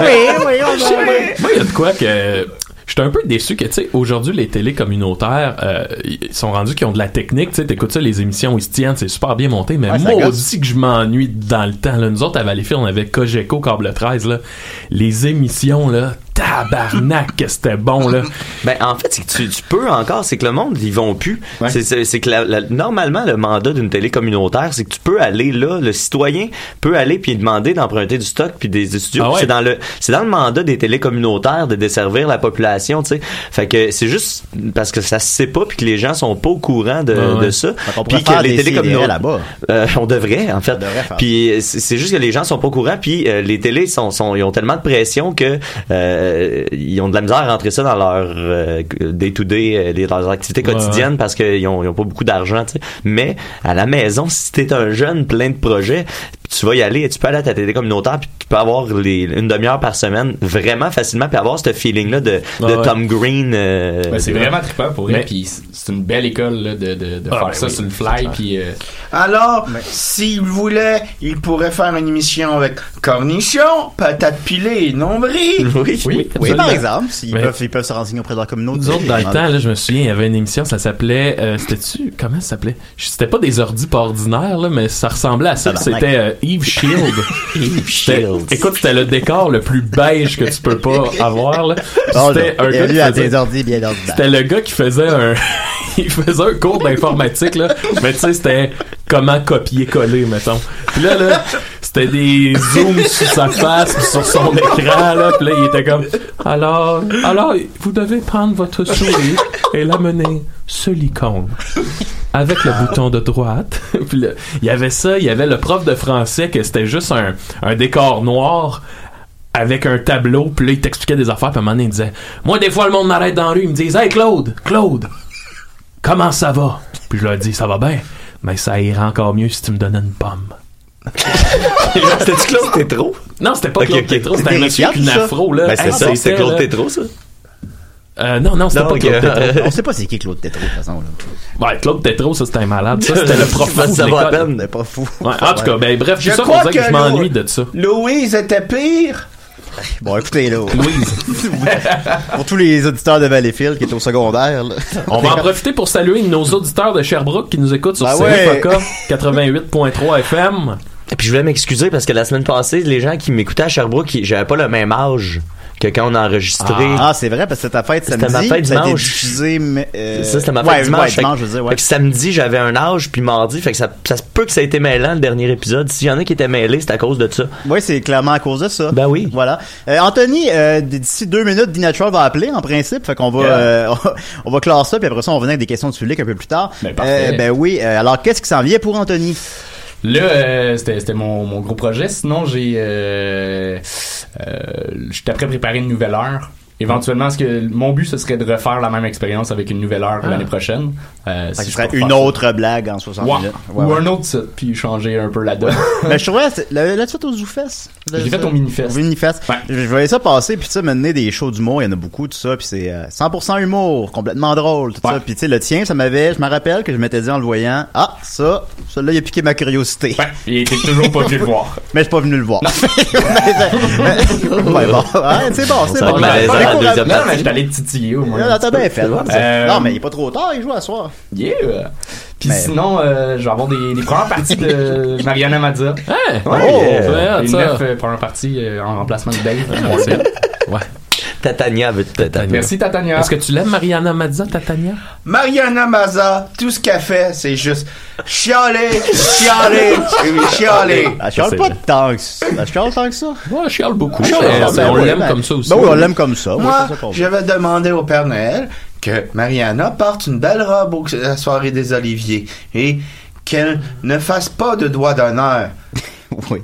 H: Oui, oui, on
C: Je sais pas. Moi, il y a de quoi que. J'étais un peu déçu que, tu sais, aujourd'hui, les télés communautaires, euh, ils sont rendus qui ont de la technique, tu sais, t'écoutes ça, les émissions, ils se tiennent, c'est super bien monté, mais
A: Ouais, ça
C: moi
A: gosse.
C: aussi que je m'ennuie dans le temps, là. Nous autres, à Valleyfield, on avait Cogeco, Câble 13, là. Les émissions, là, tabarnak, que c'était bon, là.
E: Ben, en fait, c'est que tu, tu peux encore, c'est que le monde, ils vont plus. C'est- C'est c'est que la- la- normalement, le mandat d'une télé communautaire, c'est que tu peux aller là, le citoyen peut aller puis demander d'emprunter du stock puis des, des studios.
C: Ah ouais?
E: C'est dans le c'est dans le mandat des télés communautaires de desservir la population, tu sais. Fait que c'est juste parce que ça se sait pas puis que les gens sont pas au courant de,
B: Ouais, ouais.
E: de ça.
B: Fait qu'on
E: Puis
B: pourrait faire
E: que les
B: des
E: télés
B: CDR
E: communautaires
B: là-bas.
E: Euh, on devrait en fait.
B: devrait faire
E: Puis euh, c'est c'est juste que les gens sont pas au courant puis euh, les télés sont, sont ils ont tellement de pression que euh, ils ont de la misère à rentrer ça dans leur euh, day to day leurs activités
A: Ouais,
E: quotidiennes parce qu'ils ont, ils ont pas beaucoup d'argent, tu sais. Mais à la maison, si t'es un jeune plein de projets, tu vas y aller et tu peux aller à ta télé communautaire puis tu peux avoir les, une demi-heure par semaine vraiment facilement puis avoir ce feeling là de, de
A: Ouais, ouais.
E: Tom Green. euh,
A: Ben, c'est
E: de-
A: vraiment trippant pour elle.
E: Mais-
A: Puis c- c'est une belle école là, de, de, de
E: Ah,
A: faire
E: ben
A: ça
E: oui,
A: sur le
E: c'est
A: fly.
E: clair.
A: Puis euh,
F: Alors, s'il voulait, il pourrait faire une émission avec cornichons, patates pilées et nombril.
E: Oui,
C: Oui,
B: Oui,
C: absolument.
B: par exemple, s'ils
C: Ouais.
B: peuvent, ils peuvent se renseigner auprès de leur communauté.
C: Nous autres, dans le
B: Ils
C: temps, là, je me souviens, il y avait une émission, ça s'appelait. euh, C'était-tu. Comment ça s'appelait Je- C'était pas des ordi pas ordinaires, là, mais ça ressemblait à ça. puis
B: Tabarnak.
C: C'était euh, Eve Shield. Eve
E: Shield.
C: Écoute, c'était le décor le plus beige que tu peux pas avoir. là. Puis
B: Oh,
C: C'était
B: là.
C: un gars.
B: Bienvenue
C: qui
B: à
C: faisait-
B: des ordi bien ordinaires.
C: C'était le gars qui faisait un. il faisait un cours d'informatique, là. Mais tu sais, c'était comment copier-coller, mettons. Puis là, là, c'était des zooms sur sa face, puis sur son écran, là. Puis là, il était comme. Alors, alors, vous devez prendre votre souris et l'amener sur l'icône. Avec le bouton de droite. Puis là, il y avait ça, il y avait le prof de français que c'était juste un, un décor noir avec un tableau, puis là, il t'expliquait des affaires, puis à un moment donné, il disait Moi, des fois, le monde m'arrête dans la rue, ils me disent Hey, Claude, Claude, comment ça va Puis je leur dis Ça va bien, mais ça ira encore mieux si tu me donnais une pomme.
E: C'était-tu Claude Tétro?
C: Non, c'était pas
E: Ok,
C: Claude
E: ok.
C: Tétro, c'était un monsieur avec une
E: ça?
C: afro, là.
E: Ben, c'est
C: Hey,
E: ça, c'était Claude
C: là-
E: Tétro, ça?
C: Euh, non, non, c'était
E: Non,
C: pas
E: ok.
C: Claude Tétro.
B: On sait pas c'est qui Claude Tétro, de toute façon. Là.
C: Ouais, Claude Tétro, ça, c'était un malade. Ça, c'était le prof fou de
E: Ça va à
C: l'école.
E: peine.
B: Pas fou.
C: Ouais, en tout cas, ben, bref,
F: Je
C: c'est ça qu'on
F: crois
C: dirait que
F: que
C: je m'ennuie de ça.
F: Louise était pire.
B: Bon, écoutez, là.
C: Louise.
B: Pour tous les auditeurs de Valleyfield qui étaient au secondaire, là.
C: On va en profiter pour saluer nos auditeurs de Sherbrooke qui nous écoutent sur
B: Ben
C: CFAK 88.3 FM.
E: Et Puis je voulais m'excuser parce que la semaine passée, les gens qui m'écoutaient à Sherbrooke, ils- j'avais pas le même âge que quand on a enregistré.
B: Ah, c'est vrai, parce que c'était ta fête
E: C'était
B: samedi.
E: ma fête
B: Ça a été
E: dimanche.
B: diffusé, mais, euh,
E: ça, c'était ma fête
B: ouais,
E: dimanche.
B: ouais,
E: Fait que-
B: dimanche, je veux dire, ouais.
E: fait que samedi, j'avais un âge, puis mardi, fait que ça, ça se peut que ça a été mêlant le dernier épisode. S'il y en a qui étaient mêlés, c'est à cause de ça.
B: Oui, c'est clairement à cause de ça.
E: Ben oui.
B: Voilà. Euh, Anthony, euh, d'ici deux minutes, D-Natural va appeler en principe. Fait qu'on va,
A: Yeah.
B: euh, on va clore ça, puis après ça, on va venir avec des questions du public un peu plus tard.
A: Ben, parfait.
B: ben oui. euh, alors, qu'est-ce qui s'en vient pour Anthony?
A: là, euh, c'était c'était mon, mon gros projet. Sinon, j'ai. Euh, euh, J'étais prêt à préparer une nouvelle heure. Éventuellement, ce que mon but, ce serait de refaire la même expérience avec une nouvelle heure
C: Ah.
A: l'année prochaine. Euh,
B: Fait que
A: si
B: ce
A: je
B: serait
A: peux refaire
B: une
A: ça.
B: autre blague en 60
A: Ouais.
B: minutes.
A: Ou
B: Ouais, ouais.
A: un autre site, puis changer un peu la donne.
B: Mais je trouvais, c'est- là, là, tu fais au ZooFest.
A: J'ai fait au
B: Minifest. Au Minifest. Je, je voyais ça passer, puis tu sais, mener des shows d'humour, il y en a beaucoup, tout ça, puis c'est euh, 100% humour, complètement drôle, tout ça. Puis tu sais, le tien, ça m'avait, je me rappelle que je m'étais dit en le voyant, ah, ça, celui-là, il a piqué ma curiosité.
A: Il était toujours pas venu le voir.
B: Mais je suis pas venu le voir. Ouais, bon, hein, c'est bon, c'est
A: Ça
B: bon.
A: va être malaisant
B: Bon,
A: à la
B: écoute,
A: deuxième
B: non,
A: partie.
B: mais je t'allais-
A: Allez, titiller au moins.
B: Non, non, t'as bien fait. là.
A: Euh,
B: Non, mais il est pas trop tard, il joue à soir.
A: Yeah! Puis
B: Mais-
A: sinon, euh, je vais avoir des, des premières parties de Mariana Mazza.
C: Hey!
A: Ouais,
E: Oh!
A: euh,
C: Ouais,
A: les
C: Hein? ça.
A: neuf euh, premières parties euh, en remplacement de Dave.
C: Ouais.
E: Tatania veut Tatania.
A: Merci Tatania.
C: Est-ce que tu l'aimes, Mariana Mazza, Tatania?
F: Mariana Maza, tout ce qu'elle fait, c'est juste chialer, chialer, et chialer.
B: Elle Ah, chiale
C: c'est
B: pas tant que ça. Elle chiale tant que ça.
C: Moi, je chiale beaucoup.
B: Chiale,
C: mais-
B: ben
C: mais on
B: oui,
C: l'aime
B: ben-
C: comme ça aussi.
B: Ben oui, on l'aime comme ça. Ouais,
F: Moi,
B: c'est ça qu'on veut.
F: je vais demander au Père Noël que Mariana porte une belle robe au- à la soirée des Oliviers et qu'elle ne fasse pas de doigt d'honneur.
B: Oui.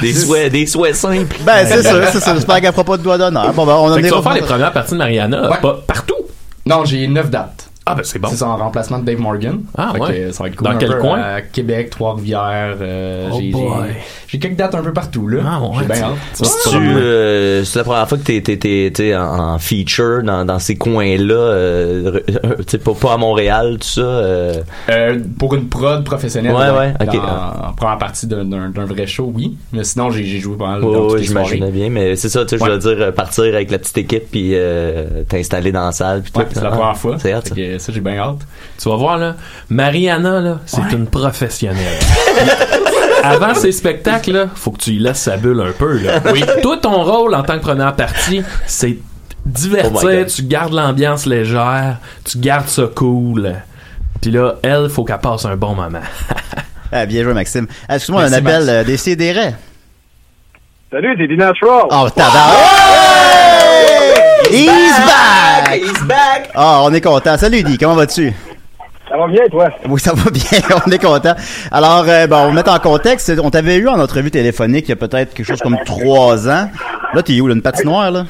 E: Des souhaits, des souhaits simples.
B: Ben, c'est ça, c'est ça. J'espère qu'elle fera pas de doigt d'honneur. Bon, ben, on en
C: Fait que
B: est
C: tu vas faire les premières parties de Mariana
A: Ouais.
C: pas partout.
A: Non, j'ai neuf dates.
C: Ah, ben c'est bon.
I: C'est ça, en remplacement de Dave Morgan.
C: Ah,
I: Fait
C: ouais.
I: que ça va être cool.
C: Dans
I: Un
C: quel
I: peu
C: coin?
I: à Québec, Trois-Rivières. euh,
C: Oh
I: j'ai-
C: boy.
I: j'ai- J'ai quelques dates un peu partout, là. Ah, J'ai bien hâte.
J: Puis tu, euh, c'est la première fois que t'es, t'es, t'es, t'es en, en feature dans, dans ces coins-là, euh, re- tu sais, pas, pas à Montréal, tout ça. euh.
I: Euh, pour une prod professionnelle.
J: Ouais,
I: dans-
J: ouais, ok.
I: dans- En première partie d'un- d'un d'un vrai show, oui. Mais sinon, j'ai j'ai joué pendant
J: Ouais,
I: dans toutes
J: ouais,
I: les soirées.
J: j'imaginais bien, mais c'est ça, tu sais,
I: Ouais.
J: je veux dire, euh, partir avec la petite équipe puis euh, t'installer dans la salle. Puis tout.
I: Ouais, c'est la
J: Ah,
I: première fois.
J: C'est hâte, ça.
I: ça, j'ai bien hâte.
C: Tu vas voir, là, Mariana, là, c'est une professionnelle. Avant ses spectacles, là, faut que tu y laisses sa bulle un peu, là.
I: Oui.
C: Toi, ton rôle en tant que première partie, c'est
I: Oh my
C: divertir,
I: God.
C: tu gardes l'ambiance légère, tu gardes ça cool. Puis là, elle, faut qu'elle passe un bon moment.
B: Ah, bien joué, Maxime. Ah, Excuse-moi, on
C: Merci,
B: appelle
C: Max.
B: euh, des sidérés.
A: Salut, c'est D-Natural.
B: Oh, tabarnak! He's back!
J: He's back!
B: Ah, on est content. Salut, Di, comment vas-tu?
A: Ça va bien, toi?
B: Oui, ça va bien, on est content. Alors, euh, bon, on va mettre en contexte. On t'avait eu en entrevue téléphonique il y a peut-être quelque chose comme trois ans. Là, t'es où, là, une patinoire, là?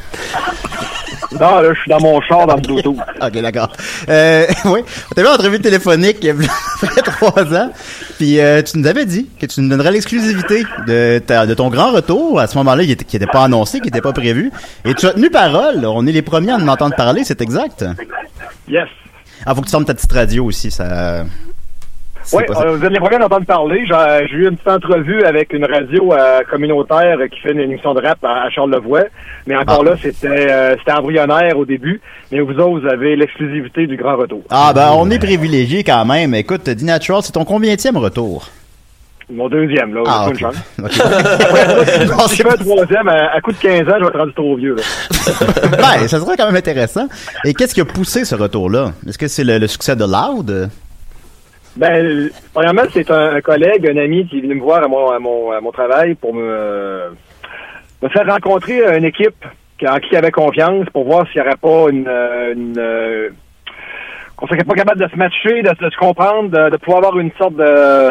A: Non, là, je suis dans mon char, dans le Bluetooth.
B: OK, Ah, d'accord. Euh, oui, on t'avait eu en entrevue téléphonique il y a peut-être trois ans. Puis euh, tu nous avais dit que tu nous donnerais l'exclusivité de, ta- de ton grand retour. À ce moment-là, il n'était pas annoncé, qui n'était pas prévu. Et tu as tenu parole. On est les premiers à en entendre parler, c'est exact.
A: Yes.
B: Ah, faut que tu fermes ta petite radio aussi, ça...
A: Oui,
B: pas ça.
A: vous êtes les premiers à entendre parler. J'ai j'ai eu une petite entrevue avec une radio euh, communautaire qui fait une émission de rap à, à Charlevoix. Mais encore là, c'était euh, c'était embryonnaire au début. Mais vous autres, vous avez l'exclusivité du grand retour.
B: Ah ben on est privilégié quand même. Écoute, d Natural, c'est ton combientième retour?
A: Mon deuxième, là.
B: Ah,
A: pas
B: ok.
A: Euh, une chance.
B: Ok.
A: si je fais un troisième, à, à coup de 15 ans, je vais être rendu trop vieux. Là.
B: ben, ça serait quand même intéressant. Et qu'est-ce qui a poussé ce retour-là? Est-ce que c'est le, le succès de Loud?
A: Ben, le- premièrement, c'est un, un collègue, un ami qui est venu me voir à mon, à mon, à mon travail pour me, euh, me faire rencontrer une équipe qui- en qui il avait confiance pour voir s'il n'y aurait pas une... euh, une, euh, qu'on serait pas capable de se matcher, de, de se comprendre, de, de pouvoir avoir une sorte de,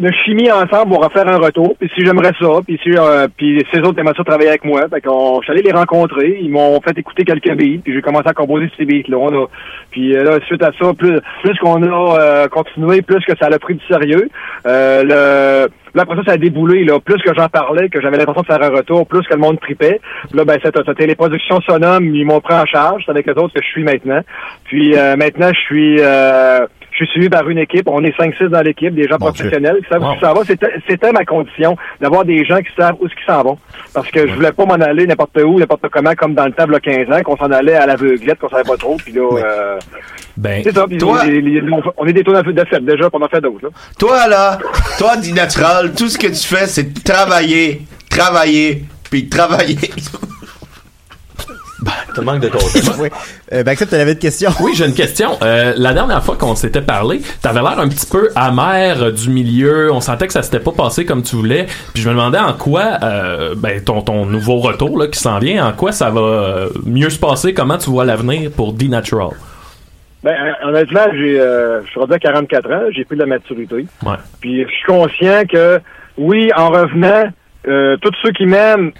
A: de chimie ensemble pour refaire un retour. Puis si j'aimerais ça, puis si euh, puis ces autres aimaient ça travailler avec moi, fait qu'on, je suis allé les rencontrer, ils m'ont fait écouter quelques beats, puis j'ai commencé à composer ces beats là. On a, puis euh, là suite à ça, plus plus qu'on a euh, continué, plus que ça a pris du sérieux. Euh, le Là, après ça, ça a déboulé. Là. Plus que j'en parlais, que j'avais l'impression de faire un retour, plus que le monde tripait. Puis Là, ben, c'était c'était les productions Sonom, ils m'ont pris en charge. C'est avec les autres que je suis maintenant. Puis euh, maintenant, je suis euh, je suis suivi par une équipe. On est 5-6 dans l'équipe, des gens professionnels qui savent où ils s'en vont. C'était c'était ma condition, d'avoir des gens qui savent où ils s'en vont. Parce que je voulais pas m'en aller n'importe où, n'importe comment, comme dans le temps, il y a 15 ans, qu'on s'en allait à l'aveuglette, qu'on savait pas trop. Puis là, euh,
C: ben,
A: c'est ça. Puis
K: toi-
A: les- les- les- on est des tours de fête déjà, puis on en fait d'autres. là.
K: Toi, là, toi, dit natural, tout ce que tu fais, c'est travailler, travailler, puis travailler.
J: Te manque de contexte.
B: oui. Euh, ben, accepte, t'avais une question.
C: Oui, j'ai une question. Euh, la dernière fois qu'on s'était parlé, t'avais l'air un petit peu amer euh, du milieu. On sentait que ça s'était pas passé comme tu voulais. Puis je me demandais en quoi, euh, ben, ton, ton nouveau retour là, qui s'en vient, en quoi ça va euh, mieux se passer. Comment tu vois l'avenir pour D Natural?
A: Ben, hon- honnêtement, j'ai, euh, je suis rendu à 44 ans, j'ai pris de la maturité.
C: Ouais.
A: Puis je suis conscient que, oui, en revenant, euh, tous ceux qui m'aiment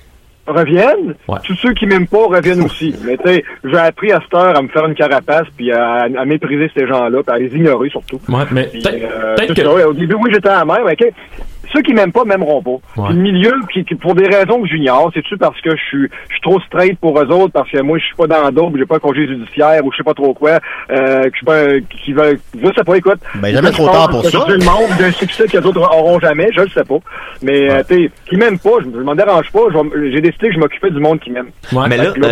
A: reviennent, tous ceux qui m'aiment pas reviennent aussi. Mais tu sais, j'ai appris à cette heure à me faire une carapace, puis à, à mépriser ces gens-là, puis à les ignorer surtout.
C: Ouais, mais
A: Puis,
C: peut-être
A: euh,
C: peut-être
A: tout
C: que.
A: ça, ouais, au début, oui, j'étais amer, mais ok, ceux qui m'aiment pas m'aimeront pas. Puis le milieu, qui, qui- pour des raisons que j'ignore, c'est-tu parce que je suis je suis trop straight pour eux autres, parce que moi, je suis pas dans le dos, puis j'ai pas un congé judiciaire, ou je sais pas trop quoi, euh, que je suis pas un- qui veulent, je sais pas, écoute.
B: Ben, jamais
A: Je
B: trop
A: pense
B: tard pour
A: que
B: ça.
A: je suis le monde d'un succès que les autres auront jamais, je le sais pas. Mais, euh, tu sais, qui m'aiment pas, je, je m'en dérange pas, je vais- j'ai décidé que je m'occupais du monde qui m'aime.
C: Ouais,
A: Fait que là,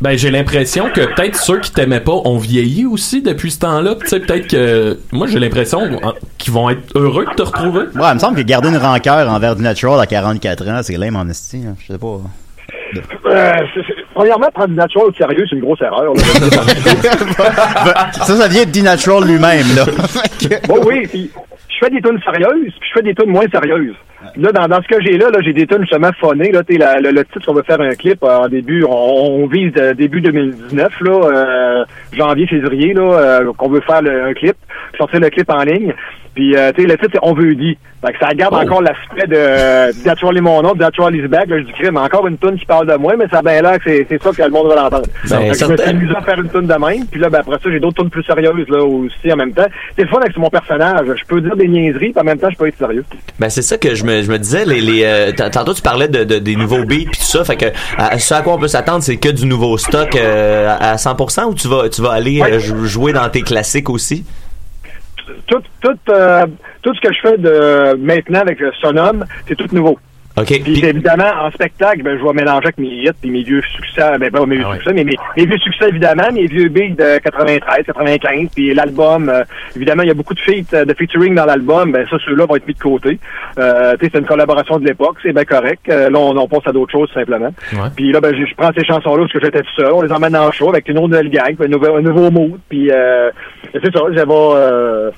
C: Ben, j'ai l'impression que peut-être ceux qui t'aimaient pas ont vieilli aussi depuis ce temps-là. Puis, Tu sais, peut-être que. Moi, j'ai l'impression hein, qu'ils vont être heureux de te retrouver.
B: Ouais, il me semble que garder une rancœur envers du Natural à 44 ans, c'est lame en esti. hein. Je sais pas.
A: euh, c'est- c'est- premièrement, prendre du naturel au sérieux, c'est une grosse erreur. là.
B: Ça, ça vient de D Natural lui-même, là.
A: Bon, oui, puis je fais des tunes sérieuses, puis je fais des tunes moins sérieuses. Là, dans, dans ce que j'ai là, là j'ai des tunes justement phonées. Là, t'sais, la- le, le titre qu'on veut faire un clip euh, en début, on, on vise euh, début 2019, là, euh, janvier, février, là, euh, qu'on veut faire le- un clip, sortir le clip en ligne. Puis, euh, tu sais, le titre, c'est On veut dit. Fait que ça garde encore l'aspect de euh, That's really mon nom, That's really back. Là, je dis, crime, encore une toune qui parle de moi, mais ça a bien l'air que c'est, c'est ça que le monde va l'entendre.
E: Ben,
A: Fait que je me suis
E: certain.
A: amusé à faire une toune de même. Puis là, ben, après ça, j'ai d'autres tounes plus sérieuses, là, aussi, en même temps. C'est le fun avec mon personnage. Je peux dire des niaiseries, puis en même temps, je peux être sérieux.
E: Ben c'est ça que je me, je me disais. Les, les, euh, t- tantôt tu parlais de, de- des nouveaux beats puis tout ça. Fait que à, ce à quoi on peut s'attendre, c'est que du nouveau stock euh, à à 100% ou tu vas tu vas aller euh, jou- jouer dans tes classiques aussi.
A: tout, tout, euh, tout ce que je fais de maintenant avec le Sonum, c'est tout nouveau.
E: OK.
A: Puis, évidemment, en spectacle, ben, je vais mélanger avec mes hits puis mes vieux succès, ben, pas mes vieux succès, mais mes, mes vieux succès, évidemment, mes vieux beats de 93, 95, puis l'album, euh, évidemment, il y a beaucoup de feats, euh, de featuring dans l'album, ben, ça, ceux-là vont être mis de côté. Euh, tu sais, c'est une collaboration de l'époque, c'est bien correct. Euh, là, on, on pense à d'autres choses, simplement. Puis là, ben, je je prends ces chansons-là parce que j'étais tout seul. On les emmène dans le show avec une autre nouvelle gang, puis un nouveau, un nouveau mood. Puis euh, c'est ça, j'avais. euh,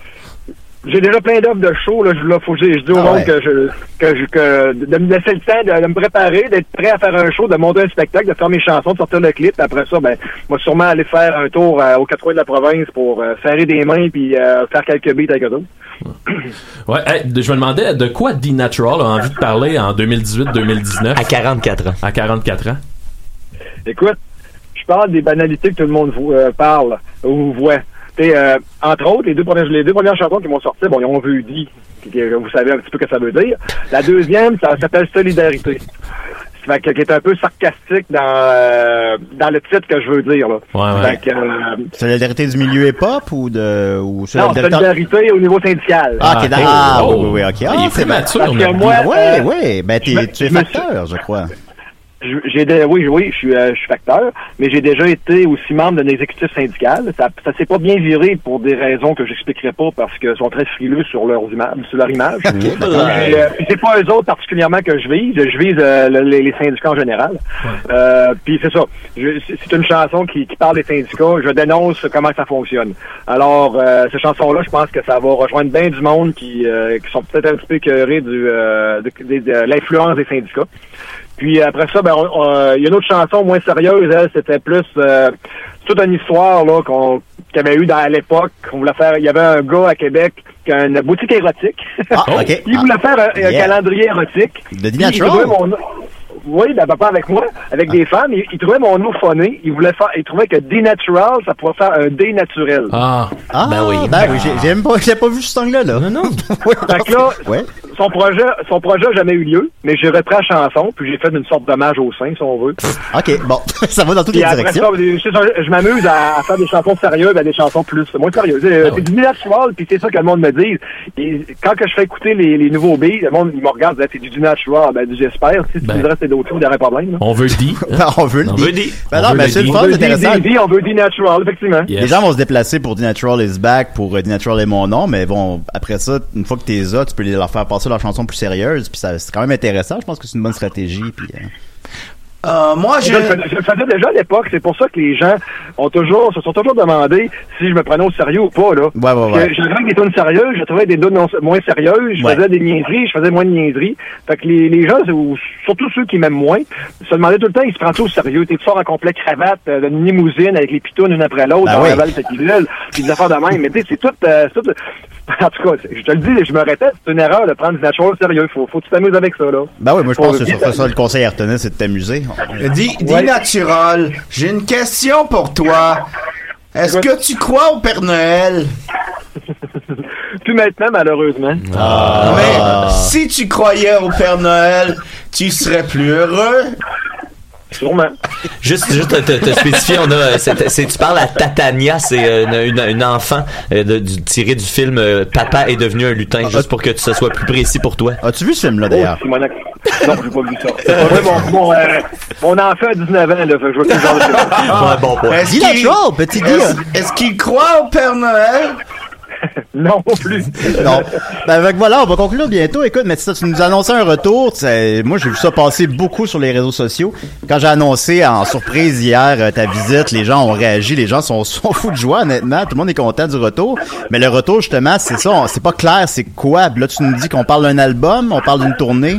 A: j'ai déjà plein d'offres de show. Là, je, là, faut que je, je dis au monde que je, que je que de me laisser le temps de, de me préparer, d'être prêt à faire un show, de monter un spectacle, de faire mes chansons, de sortir le clip. Après ça, ben, moi sûrement aller faire un tour euh, aux quatre coins de la province pour euh, serrer des mains puis euh, faire quelques beats avec eux autres.
C: Ouais, hey, de- je me demandais de quoi D Natural a envie de parler en 2018-2019. À
E: 44 ans.
C: À 44 ans.
A: Écoute, je parle des banalités que tout le monde vous, euh, parle ou voit. Tu sais, euh, entre autres, les deux premières, les deux premières chansons qui m'ont sorti, bon, ils ont vu dit, puis que vous savez un petit peu ce que ça veut dire. La deuxième, ça s'appelle Solidarité. Fait que, qui est un peu sarcastique dans, euh, dans le titre que je veux dire. Là.
B: Ouais, ouais.
A: Fait que, euh,
B: Solidarité du milieu hip-hop ou de. Ou
A: non, solidarité au niveau syndical.
B: Ah,
C: oh,
B: ok, d'accord. Ah, oui, oui, oui, ok. Ah,
A: Il est
B: c'est
A: plus
B: bien.
A: mature, Parce que le moi,
B: Oui,
A: euh,
B: oui. Ben, t'es-
A: je me-
B: tu es
A: je me suis-
B: facteur, je crois.
A: Je- J'ai dé- oui, oui, je suis, euh, je suis facteur, mais j'ai déjà été aussi membre d'un exécutif syndical. Ça, ça s'est pas bien viré pour des raisons que j'expliquerai pas parce qu'ils sont très frileux sur leurs images, sur leur image. Mais, euh, c'est pas eux autres particulièrement que je vise, je vise euh, le- les, les syndicats en général. Euh, Puis c'est ça. Je- c'est- c'est une chanson qui, qui parle des syndicats. Je dénonce comment ça fonctionne. Alors, euh, cette chanson-là, je pense que ça va rejoindre bien du monde qui, euh, qui sont peut-être un petit peu écœurés du, euh, de- de- de l'influence des syndicats. Puis après ça, ben, on- on- il y a une autre chanson moins sérieuse, elle, c'était plus euh, toute une histoire là qu'on qu'il y avait eu dans, à l'époque. On voulait faire, il y avait un gars à Québec qui a une boutique érotique.
B: Ah, ok.
A: il voulait faire un, un
B: Yeah.
A: calendrier érotique.
B: The
A: Puis, il
B: Natural.
A: trouvait mon- Oui, ben, papa avec moi, avec des femmes, il, il trouvait mon nom phoné. Il voulait faire, il trouvait que dénatural, ça pouvait faire un dé naturel.
C: Ah,
B: Ah, ben oui. Ben oui, j'ai- j'ai même pas, j'ai pas vu ce song-là, là. Non, non.
A: Fait que là,
B: Ouais.
A: son projet, son projet a jamais eu lieu, mais j'ai repris la chanson, puis j'ai fait une sorte d'hommage au sein, si on veut.
B: Ok, bon. Ça va dans toutes
A: Puis
B: les
A: après
B: directions.
A: ça, c'est ça, je m'amuse à, à faire des chansons sérieuses, ben, des chansons plus moins sérieuses.
C: Ah
A: Euh, C'est du natural, puis c'est ça que le monde me dit. Et quand que je fais écouter les, les nouveaux beats, le monde il me regarde, il dit, c'est du natural. Ben, du- j'espère. Si tu me dirais que c'est d'autres choses, il n'y aurait pas de problème. là.
C: On veut le dire.
B: Ben, on veut le
C: On
B: dire.
C: veut le dire.
B: Ben
C: On
B: non,
C: veut
B: mais
C: le
B: c'est le
C: dire.
B: fun,
C: On veut
B: c'est
C: le dire,
B: intéressant.
A: dit, on veut dit natural, effectivement.
B: Les gens vont se déplacer pour The Natural is Back, pour euh, The Natural est mon nom, mais vont, après ça, une fois que t'es là, tu peux les- leur faire passer leur chanson plus sérieuse, puis ça, c'est quand même intéressant. Je pense que c'est une bonne stratégie, puis. euh,
L: moi,
A: je... le- je le faisais déjà à l'époque. C'est pour ça que les gens ont toujours, se sont toujours demandé si je me prenais au sérieux ou pas. Là.
B: Ouais, ouais, ouais.
A: Parce que J'avais avec des tonnes sérieuses, je trouvais des tonnes non- moins sérieuses, je
B: Ouais.
A: faisais des niaiseries, je faisais moins de niaiseries. Fait que les, les gens, ou surtout ceux qui m'aiment moins, se demandaient tout le temps, ils se prennent au sérieux? T'es sort en complet cravate, euh, dans une limousine avec les pitounes une après l'autre,
B: Ben
A: dans
B: oui.
A: la valse qui pilule, puis des affaires de même. Mais tu sais, c'est tout, euh, c'est tout- En tout cas, je te le dis, je me répète, c'est une erreur de prendre des choses au sérieux. Faut, faut que tu t'amuses avec ça, là.
B: Ben oui, moi je
A: Faut-
B: pense que c'est surtout ça le conseil à retenir, c'est de t'amuser.
L: Dis, dis natural, j'ai une question pour toi. Est-ce que tu crois au Père Noël?
A: Plus maintenant, malheureusement.
L: Ah. Mais si tu croyais au Père Noël, tu serais plus heureux.
A: Sûrement.
E: Juste, juste te, te- te spécifier, on a, euh, c'est- c'est- tu parles à Tatania, c'est euh, une, une- une enfant euh, de- du- tirée du film euh, Papa est devenu un lutin,
A: Ah.
E: juste pour que ce soit plus précis pour toi.
B: As-tu vu ce film-là
A: Oh, Simonac. Non, j'ai pas vu ça. C'est pas vrai, mon, mon, euh, mon enfant a 19 ans, là, fait que je vois plus genre de
E: bon
L: Est-ce qu'il- est-ce- Est-ce qu'il croit au Père Noël?
A: Non plus.
B: non. Ben, fait que voilà, on va conclure bientôt. Écoute, mais ça, tu nous annonçais un retour. Tu sais, Moi, j'ai vu ça passer beaucoup sur les réseaux sociaux. Quand j'ai annoncé en surprise hier euh, ta visite, les gens ont réagi, les gens sont, sont fous de joie, honnêtement. Tout le monde est content du retour. Mais le retour, justement, c'est ça. on- C'est pas clair, c'est quoi. Puis Là, tu nous dis qu'on parle d'un album, on parle d'une tournée.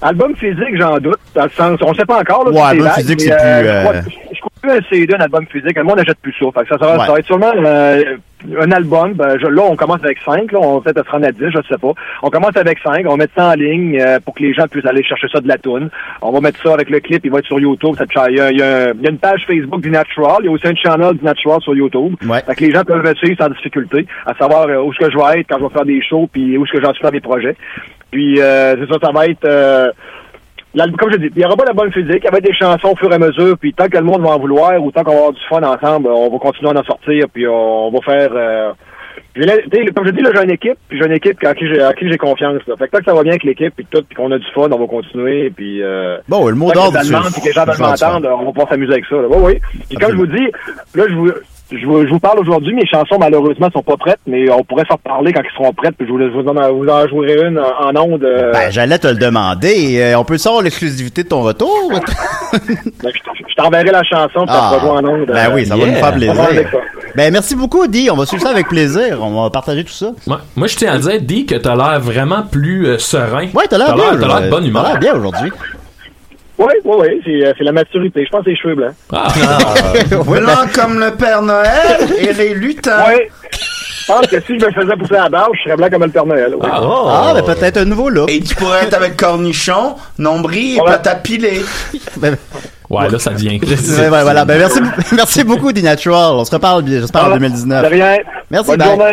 A: Album physique, j'en doute, dans le sens, on sait pas encore. Là,
B: Ouais,
A: si
B: album
A: vague,
B: physique,
A: mais,
B: c'est plus,
A: je crois-
B: euh,
A: Je crois plus un CD, un album physique. Le monde n'achète plus ça. Fait que ça, sera-
B: Ouais.
A: ça va être sûrement euh,
M: un album, ben, je- là, on commence avec 5, là, on va peut-être se rendre à 10, je sais pas. On commence avec 5, on met ça en ligne euh, pour que les gens puissent aller chercher ça de la toune. On va mettre ça avec le clip, il va être sur YouTube. ça te cha- Il y, a- il y a il y a une page Facebook du Natural, il y a aussi un channel du Natural sur YouTube. Fait que les gens peuvent me suivre sans difficulté, à savoir euh, où est-ce que je vais être quand je vais faire des shows, puis où est-ce que j'en suis dans mes projets. Puis, euh, c'est ça, ça va être... euh, L'album, comme je dis, il n'y aura pas l'album physique, il y aura des chansons au fur et à mesure, puis tant que le monde va en vouloir ou tant qu'on va avoir du fun ensemble, on va continuer à en sortir, puis on, on va faire... euh, j'ai la- tu sais, comme je dis, là, j'ai une équipe, puis j'ai une équipe à qui j'ai, à qui j'ai confiance. Là. Fait que tant que ça va bien avec l'équipe, puis tout, puis qu'on a du fun, on va continuer, puis... Euh,
B: Bon, le mot
M: tant
B: d'ordre,
M: que ça
B: c'est-
M: demande, puis que les gens veulent
B: c'est le fun.
M: m'entendre, on va pouvoir s'amuser avec ça. Là. Oui, oui. Puis comme je vous dis, là, je vous... Je vous, je vous parle aujourd'hui, mes chansons malheureusement sont pas prêtes, mais on pourrait s'en parler quand ils seront prêtes, puis je vous, je vous, en, vous en jouerai une en, en ondes. euh,
B: Ben, j'allais te le demander. Euh, on peut savoir l'exclusivité de ton retour?
M: Je t'enverrai la chanson, puis
B: Ah.
M: t'as rejoint en ondes.
B: Ben oui, ça va
C: Yeah.
B: nous faire
C: On va
B: plaisir.
C: avec ça.
B: Ben merci beaucoup, Di. On va suivre ça avec plaisir. On va partager tout ça.
C: Ouais. Moi, je tiens à dire, dis que t'as l'air vraiment plus euh, serein.
B: Ouais, t'as l'air bien.
C: T'as l'air de
B: aujourd'hui.
C: bonne humeur.
B: T'as l'air bien aujourd'hui.
M: Oui, oui, oui, c'est, euh, c'est la maturité. Je pense que c'est les cheveux blancs.
A: Ah.
F: Blanc comme le Père Noël et les lutins.
M: Oui. Je pense que si je me faisais pousser la barbe, je serais blanc comme le Père Noël. oui.
A: Oh.
C: Oh.
B: Ah, ben peut-être un nouveau look.
F: Et tu pourrais être avec cornichon, nombril et patate pilée.
C: Ouais, là, ça vient.
B: Ouais, ouais, voilà. Ben, merci, merci beaucoup, Di Natural. On se reparle, bien, j'espère, en 2019.
F: Ah, de rien.
B: Merci,
F: Bonne
B: bye.
F: journée.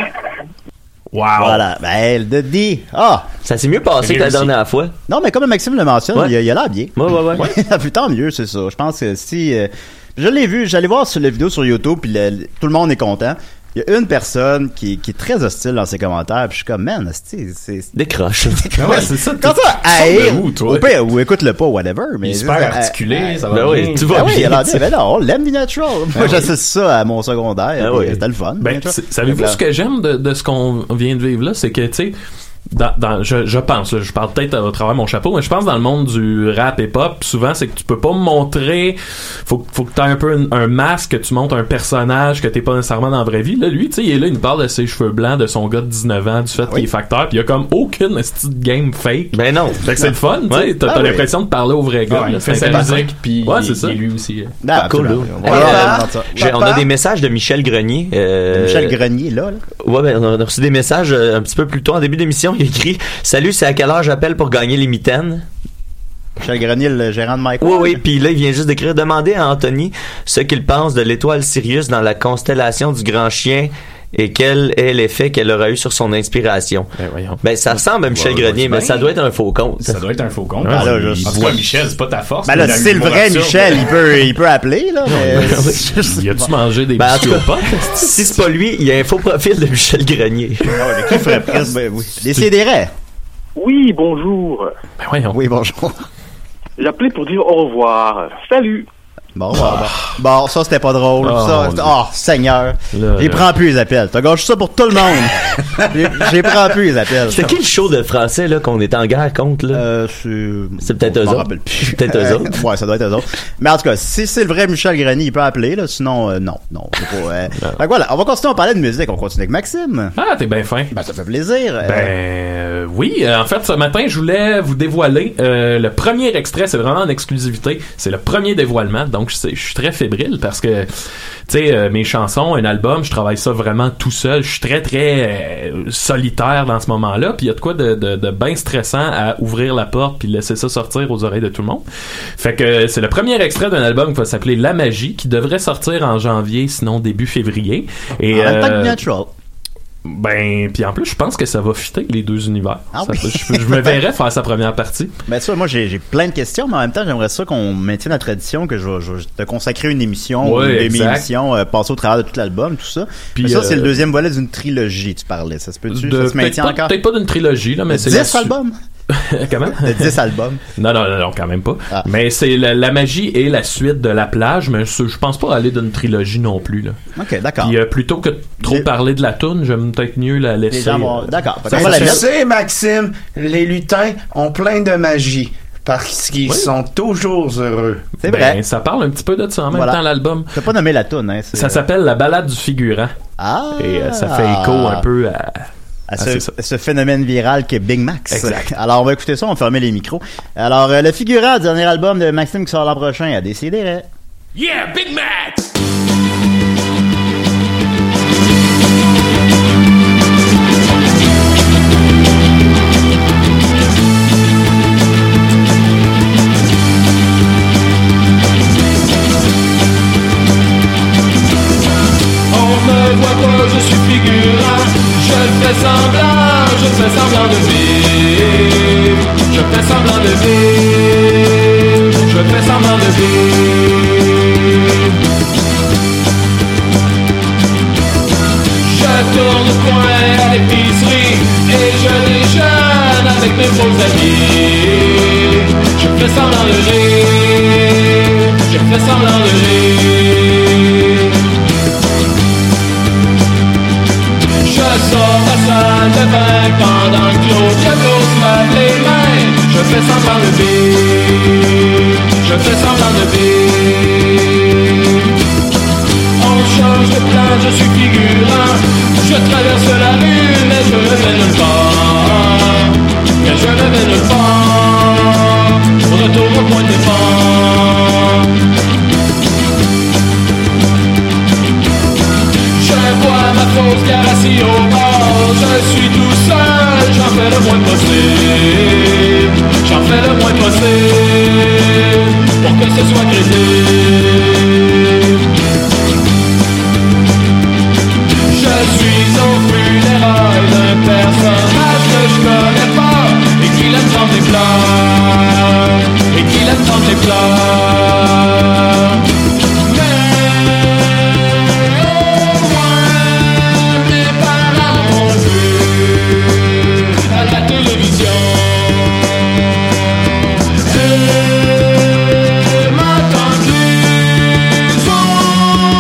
C: Wow.
B: Voilà. Ben, le Di. Ah.
E: Ça s'est mieux passé que la dernière fois.
B: Non, mais comme Maxime le mentionne,
E: Ouais.
B: il a- il a l'air bien.
E: Ouais, ouais, ouais.
B: ah, Puis tant mieux, c'est ça. Je pense que si. euh, je l'ai vu, j'allais voir sur la vidéo sur YouTube, puis le- le- tout le monde est content. Il y a une personne qui, qui est très hostile dans ses commentaires, puis je suis comme, man, hostie, c'est.
E: Décroche.
C: Ah
B: ouais, c'est ça. Quand ça, haïr, ou, pire, ou écoute-le pas, whatever. Mais
A: Il est super
B: euh,
A: articulé, ça va
B: ben
A: bien.
B: Oui, tout va
A: Ben oui,
B: bien.
A: il a l'air
B: tu sais,
A: bien.
B: ben non, on l'aime, The Natural. Moi,
C: Ben oui.
B: j'associe ça à mon
E: Ah
B: secondaire, puis c'était le fun. The
C: Ben,
B: Natural.
C: c'est- savez-vous
B: Fait
C: ce que j'aime de, de ce qu'on vient de vivre là? C'est que, tu sais, dans, dans- je, je pense, là, je parle peut-être à travers mon chapeau, mais je pense dans le monde du rap et pop, souvent c'est que tu peux pas montrer, faut, faut que t'aies un peu un, un masque, que tu montes un personnage que t'es pas nécessairement dans la vraie vie. Là, lui, tu sais, il est là, il nous parle de ses cheveux blancs, de son gars de 19 ans, du fait qu'il est facteur, puis il y a comme aucune petite game fake.
E: Ah Ben non.
C: Fait que c'est le fun, tu sais,
E: Ouais.
C: t'as
E: Ah
C: t'as
E: oui. Ah Ben,
C: l'impression de parler au vrai
E: Ouais,
C: gars. là, ben,
E: il fait
C: c'est
E: sa
C: intéressant.
E: musique, puis
C: ouais,
E: il-
C: c'est ça.
E: il est lui
A: aussi. hein.
E: Ah, cool.
B: ben, absolument.
E: là.
B: On va
E: Euh,
B: faire ça.
E: j'ai- on a des messages de Michel Grenier. euh,
B: Michel Grenier, là. là.
E: Ouais, ben, on a reçu des messages euh, un petit peu plus tôt en début d'émission. Il écrit Salut, c'est à quelle heure j'appelle pour gagner les mitaines
B: Michel Grenier, le gérant de Mike.
E: Oui, oui, puis là, il vient juste d'écrire Demandez à Anthony ce qu'il pense de l'étoile Sirius dans la constellation du grand chien et quel est l'effet qu'elle aura eu sur son inspiration. Ben, ça ressemble à Michel
A: Ouais,
E: Grenier,
A: ouais,
E: mais ça
A: ben,
E: doit être un faux compte.
A: Ça doit être un faux compte.
E: Ah, là, je-
A: En tout cas, Michel, c'est pas ta force.
E: Ben là,
A: mais
E: si
A: il a
E: c'est
A: un
E: le
A: humour
E: vrai
A: absurde.
B: Michel, il peut, il peut appeler, là. Mais...
C: Il a-tu mangé des
E: Ben, en tout cas,
C: psychopathes?
E: si c'est pas lui, il y a un faux profil de Michel Grenier.
B: qui ferait presque? Ben oui. Décidérez.
N: Oui, bonjour.
E: Ben
B: Oui, bonjour.
N: J'appelais pour dire au revoir. Salut.
B: Bon, bon, bon. Bon, ça, c'était pas drôle.
N: Oh,
B: ça,
N: mon Dieu.
B: oh, Seigneur. J'y
E: là.
B: prends plus les appels. T'as gâché ça pour tout le monde. J'y- J'y prends plus les appels. Euh,
E: C'était qui le show de français là qu'on est en guerre contre là C'est peut-être eux
B: m'en
E: autres.
B: rappelle
E: C'est Peut-être eux autres.
B: ouais, ça doit être eux autres. Mais en tout cas, si c'est le vrai Michel Grenier, il peut appeler, là. Sinon, euh, non, non. c'est Pas, euh. Fait que voilà, on va continuer à parler de musique. On continue avec Maxime.
C: Ah, t'es bien fin.
B: Ben, ça fait plaisir. Euh,
C: Ben euh, oui, euh, en fait ce matin je voulais vous dévoiler euh, le premier extrait, c'est vraiment en exclusivité, c'est le premier dévoilement, donc je sais- je suis très fébrile parce que tu sais euh, mes chansons, un album, je travaille ça vraiment tout seul, je suis très très euh, solitaire dans ce moment-là, puis il y a de quoi de, de, de bien stressant à ouvrir la porte puis laisser ça sortir aux oreilles de tout le monde. Fait que euh, c'est le premier extrait d'un album qui va s'appeler La Magie, qui devrait sortir en janvier, sinon début février. Et,
B: en même temps que
C: euh,
B: Natural.
C: ben, puis en plus, je pense que ça va fitter les deux univers.
B: Ah
C: Ça
B: oui.
C: peut- je, je me verrais faire sa première partie.
B: Ben ça, moi j'ai j'ai plein de questions, mais en même temps j'aimerais ça qu'on maintienne la tradition que je vais je vais te consacrer une émission
C: Ouais,
B: ou des
C: exact.
B: émissions, euh, passer au travers de tout l'album, tout ça.
C: Puis,
B: mais ça
C: euh,
B: c'est le deuxième volet d'une trilogie, tu parlais. Ça se peut-tu, ça
C: De-
B: se
C: Peut-être
B: maintient
C: pas,
B: encore?
C: peut-être pas d'une trilogie, là, mais c'est.
B: 10
C: là-dessus.
B: albums?
C: Comment?
B: De 10 albums.
C: Non, non, non, non, quand même pas.
B: Ah.
C: Mais c'est la, la magie et la suite de la plage, mais je, je pense pas aller d'une trilogie non plus. Là.
B: Ok, d'accord.
C: Puis euh, plutôt que de trop parler de la toune, j'aime peut-être mieux la laisser.
B: gens vont-
C: euh,
B: d'accord.
C: ça va la
F: tu
C: mettre.
F: sais, Maxime, les lutins ont plein de magie parce qu'ils sont toujours heureux.
B: C'est
C: Ben, ça parle un petit peu de ça en même
F: Voilà.
C: temps, l'album.
B: T'as pas nommé la toune, hein? c'est-
C: Ça s'appelle La balade du figurant.
B: Ah!
C: Et euh, ça fait écho un peu à.
B: à
C: à
B: ce,
C: ces-
B: ce phénomène viral qu'est Big Max.
C: Ah, Exact.
B: Alors, on va écouter ça, on va fermer les micros. Alors, euh, le figurant, dernier album de Maxime qui sort l'an prochain, hein. à décider.
H: Yeah, Big Mac!
A: semblant, je fais semblant de vivre. Je fais semblant de vivre. Je fais semblant de vivre. Je tourne au coin à l'épicerie et je déjeune avec mes beaux amis. Je fais semblant de rire. Je fais semblant de rire. Je sors la salle de bain pendant que Claudia Claus me lave les mains. Je fais semblant de vivre. Je fais semblant de vivre. On change de plan, je suis figurant. Je traverse la rue, mais je ne vais nulle part. Mais je ne vais nulle part. Retour au point de départ. Je bois ma fausse bière assis au bord Je suis tout seul, j'en fais le moins possible J'en fais le moins possible Pour que ce soit crédible Je suis au funérail d'un personnage que je connais pas Et qui l'aime dans des plats Et qui l'aime dans des plats Mes parents m'ont vu à la télévision Et ma tante les ont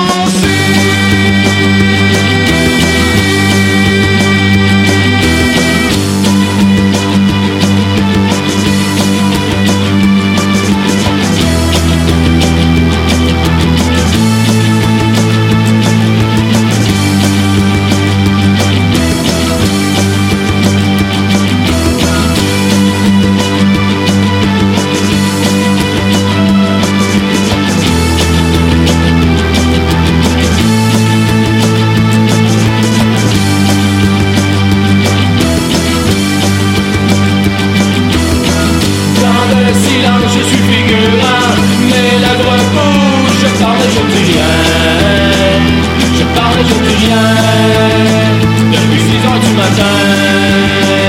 A: Dans le silence, je suis figurant. Mes lèvres bougent, je parle et je ne dis rien. Je parle et je ne dis rien. Depuis 6 heures du matin.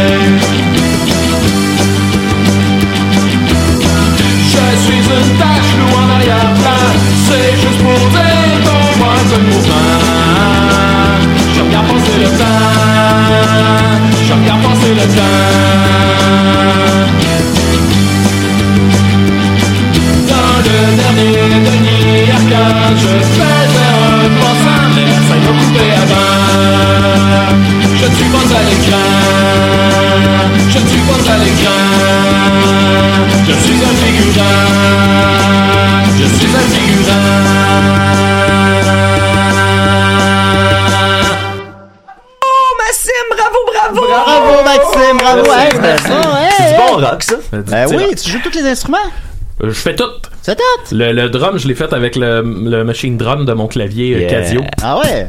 A: Je suis une tache loue en arrière-plan. C'est juste pour dire qu'on voit un peu de mouvement. Je regarde passer le temps. Je regarde passer le temps. Dans le dernier denier arcade, je faisais un croissant, mais ça m'a coupé avant. Je ne suis pas à l'écran, je ne suis pas à l'écran, je suis un figurant, je suis un figurant.
O: Oh, Maxime, bravo, bravo!
B: Bravo, Maxime, bravo!
O: Merci,
B: Hey, ben,
C: merci.
B: bon, hey,
C: C'est du
B: hey.
C: bon rock, Euh, ça.
B: Ben oui, tu joues tous les instruments?
C: Euh, Je fais tout.
B: C'est tout.
C: Le, le drum, je l'ai fait avec le, le machine drum de mon clavier euh,
B: Yeah.
C: Casio.
B: Ah ouais?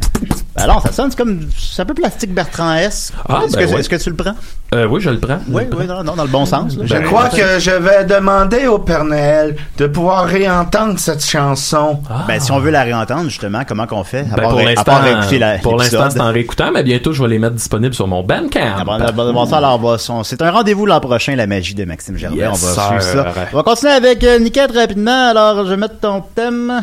B: Ben non, ça sonne c'est comme. C'est un peu plastique Bertrand S.
C: Ah,
B: est-ce,
C: ben
B: que,
C: ouais.
B: est-ce que tu le prends?
C: Euh, oui, je le prends.
B: Oui, oui, non, non, dans le bon sens. là.
P: Je
B: Ben,
P: crois
B: ben,
P: que je vais demander au Père Noël de pouvoir réentendre cette chanson.
B: Ben, si on veut la réentendre, justement, comment qu'on fait? À
C: Ben,
B: part
C: pour
B: ré- à
C: l'instant,
B: part réécouter la-
C: pour l'instant,
B: l'épisode.
C: c'est en réécoutant, mais bientôt, je vais les mettre disponibles sur mon Bandcamp.
B: Bon, bon, bon, ça, alors, on Ah, ben, va- on- c'est un rendez-vous l'an prochain, la magie de Maxime Gervais.
C: Yes,
B: on va
C: sir.
B: suivre ça. On va continuer avec euh, Niquette rapidement. Alors, je vais mettre ton thème.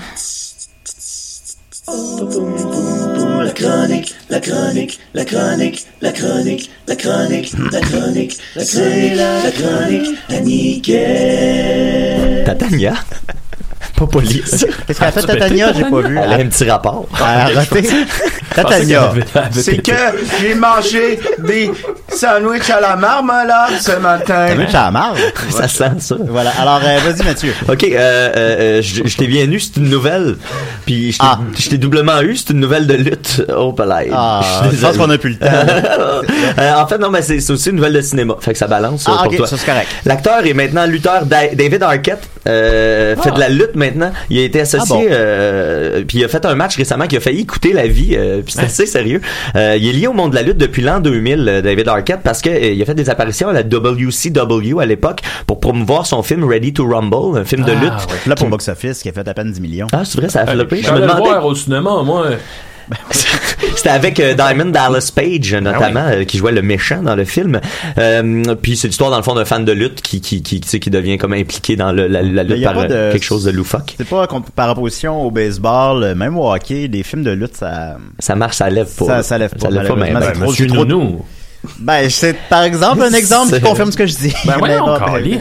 A: La chronique, la chronique, la chronique, la chronique, la chronique, la chronique, la chronique, la chronique, la
Q: Tatania? Pas Ah, police. Qu'est-ce
B: qu'elle a fait, Tatania? J'ai pas vu. Ah,
Q: Elle a un petit rapport.
B: Elle a raté.
C: Ah,
Q: Tatania.
P: C'est que j'ai mangé des sandwichs à la marmelade ce matin.
Q: Ça sent ça.
B: Voilà. Alors, vas-y, Mathieu.
Q: OK. euh, euh, euh, je je t'ai bien eu, c'est une nouvelle. Puis je t'ai- je t'ai doublement eu, c'est une nouvelle de lutte. Oh, palais.
B: Ah, je pense qu'on a plus le temps.
Q: Euh, en fait, non, mais c'est c'est aussi une nouvelle de cinéma. Fait que ça balance
B: Ah,
Q: euh, pour
B: ok,
Q: toi.
B: ça, c'est correct.
Q: L'acteur est maintenant lutteur Da- David Arquette. euh,
B: Ah.
Q: Fait de la lutte maintenant. Il a été associé.
B: Ah bon?
Q: euh, puis il a fait un match récemment qui a failli coûter la vie. euh,
B: Ah.
Q: puis c'est assez sérieux. Euh, il est lié au monde de la lutte depuis l'an 2000, euh, David Arquette, parce que euh, il a fait des apparitions à la WCW à l'époque pour promouvoir son film Ready to Rumble, un film de
B: Ah,
Q: lutte.
B: ouais. Là, pour Box Office, qui a fait à peine 10 millions.
Q: Ah, c'est vrai, ça a
C: Euh,
Q: floppé.
C: Je
Q: Je me
C: vais le
Q: demandais.
C: voir au cinéma, moi.
A: C'était avec euh, Diamond Dallas Page, euh, notamment, euh, qui jouait le méchant dans le film. Euh, puis c'est l'histoire, dans le fond, d'un fan de lutte qui, qui, qui, tu sais, qui devient comme impliqué dans le- la, la
B: Mais
A: lutte
B: y a
A: par
B: pas
A: euh,
B: de-
A: quelque chose de loufoque.
B: C'est pas qu'on- par opposition au baseball, euh, même au hockey, des films de lutte, ça.
A: Ça marche, ça lève pas.
B: Ça, ça lève pas.
A: Ça lève pas, mais-
B: malheureusement,
A: ben,
B: c'est trop-
A: Monsieur
B: c'est trop-
A: Nounou.
B: Ben, c'est par exemple un exemple qui confirme ce que je dis.
A: Ben
B: Mais
A: voyons,
B: bon, ben,
A: Carlis.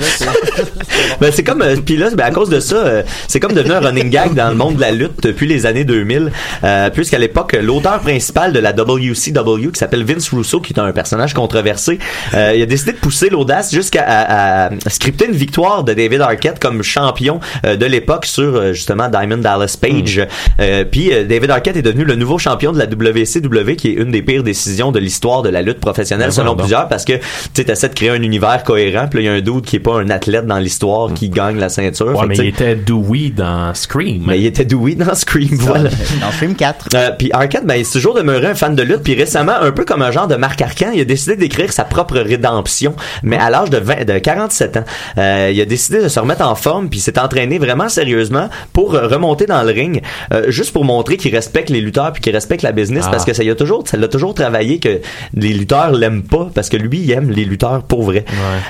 A: Ben, c'est comme euh, puis là ben, à cause de ça euh, c'est comme devenu un running gag dans le monde de la lutte depuis les années 2000 euh, puisqu'à l'époque euh, l'auteur principal de la WCW qui s'appelle Vince Russo qui est un personnage controversé euh, il a décidé de pousser l'audace jusqu'à à- à scripter une victoire de David Arquette comme champion euh, de l'époque sur euh, justement Diamond Dallas Page Euh, puis euh, David Arquette est devenu le nouveau champion de la WCW qui est une des pires décisions de l'histoire de la lutte professionnelle
R: Ben, voyons
A: selon
R: donc.
A: plusieurs plusieurs parce que tu sais, t'essaies de créer un univers cohérent puis là il y a un dude qui est pas un athlète dans l'histoire qui gagne la ceinture
C: Ouais, mais il
A: était Dewey dans Scream mais il était Dewey dans Scream voilà
B: dans Scream 4
A: puis Arquette ben il s'est toujours demeuré un fan de lutte puis récemment un peu comme un genre de Marc Arcan il a décidé d'écrire sa propre rédemption mais à l'âge de 20 de 47 ans euh, il a décidé de se remettre en forme puis il s'est entraîné vraiment sérieusement pour euh, remonter dans le ring euh, juste pour montrer qu'il respecte les lutteurs puis qu'il respecte la business
R: Ah.
A: parce que ça y a toujours ça l'a toujours travaillé que les lutteurs l'aiment pas parce que lui il aime les lutteurs pour vrai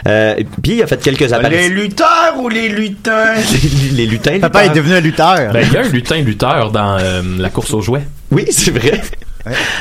A: Euh, puis il a fait quelques
S: Les
A: apparitions
S: lutteurs ou les lutins?
A: les, les lutins
S: Papa est devenu
B: un lutteur
C: ben il y a un lutin lutteur dans euh, la course aux jouets
A: oui c'est vrai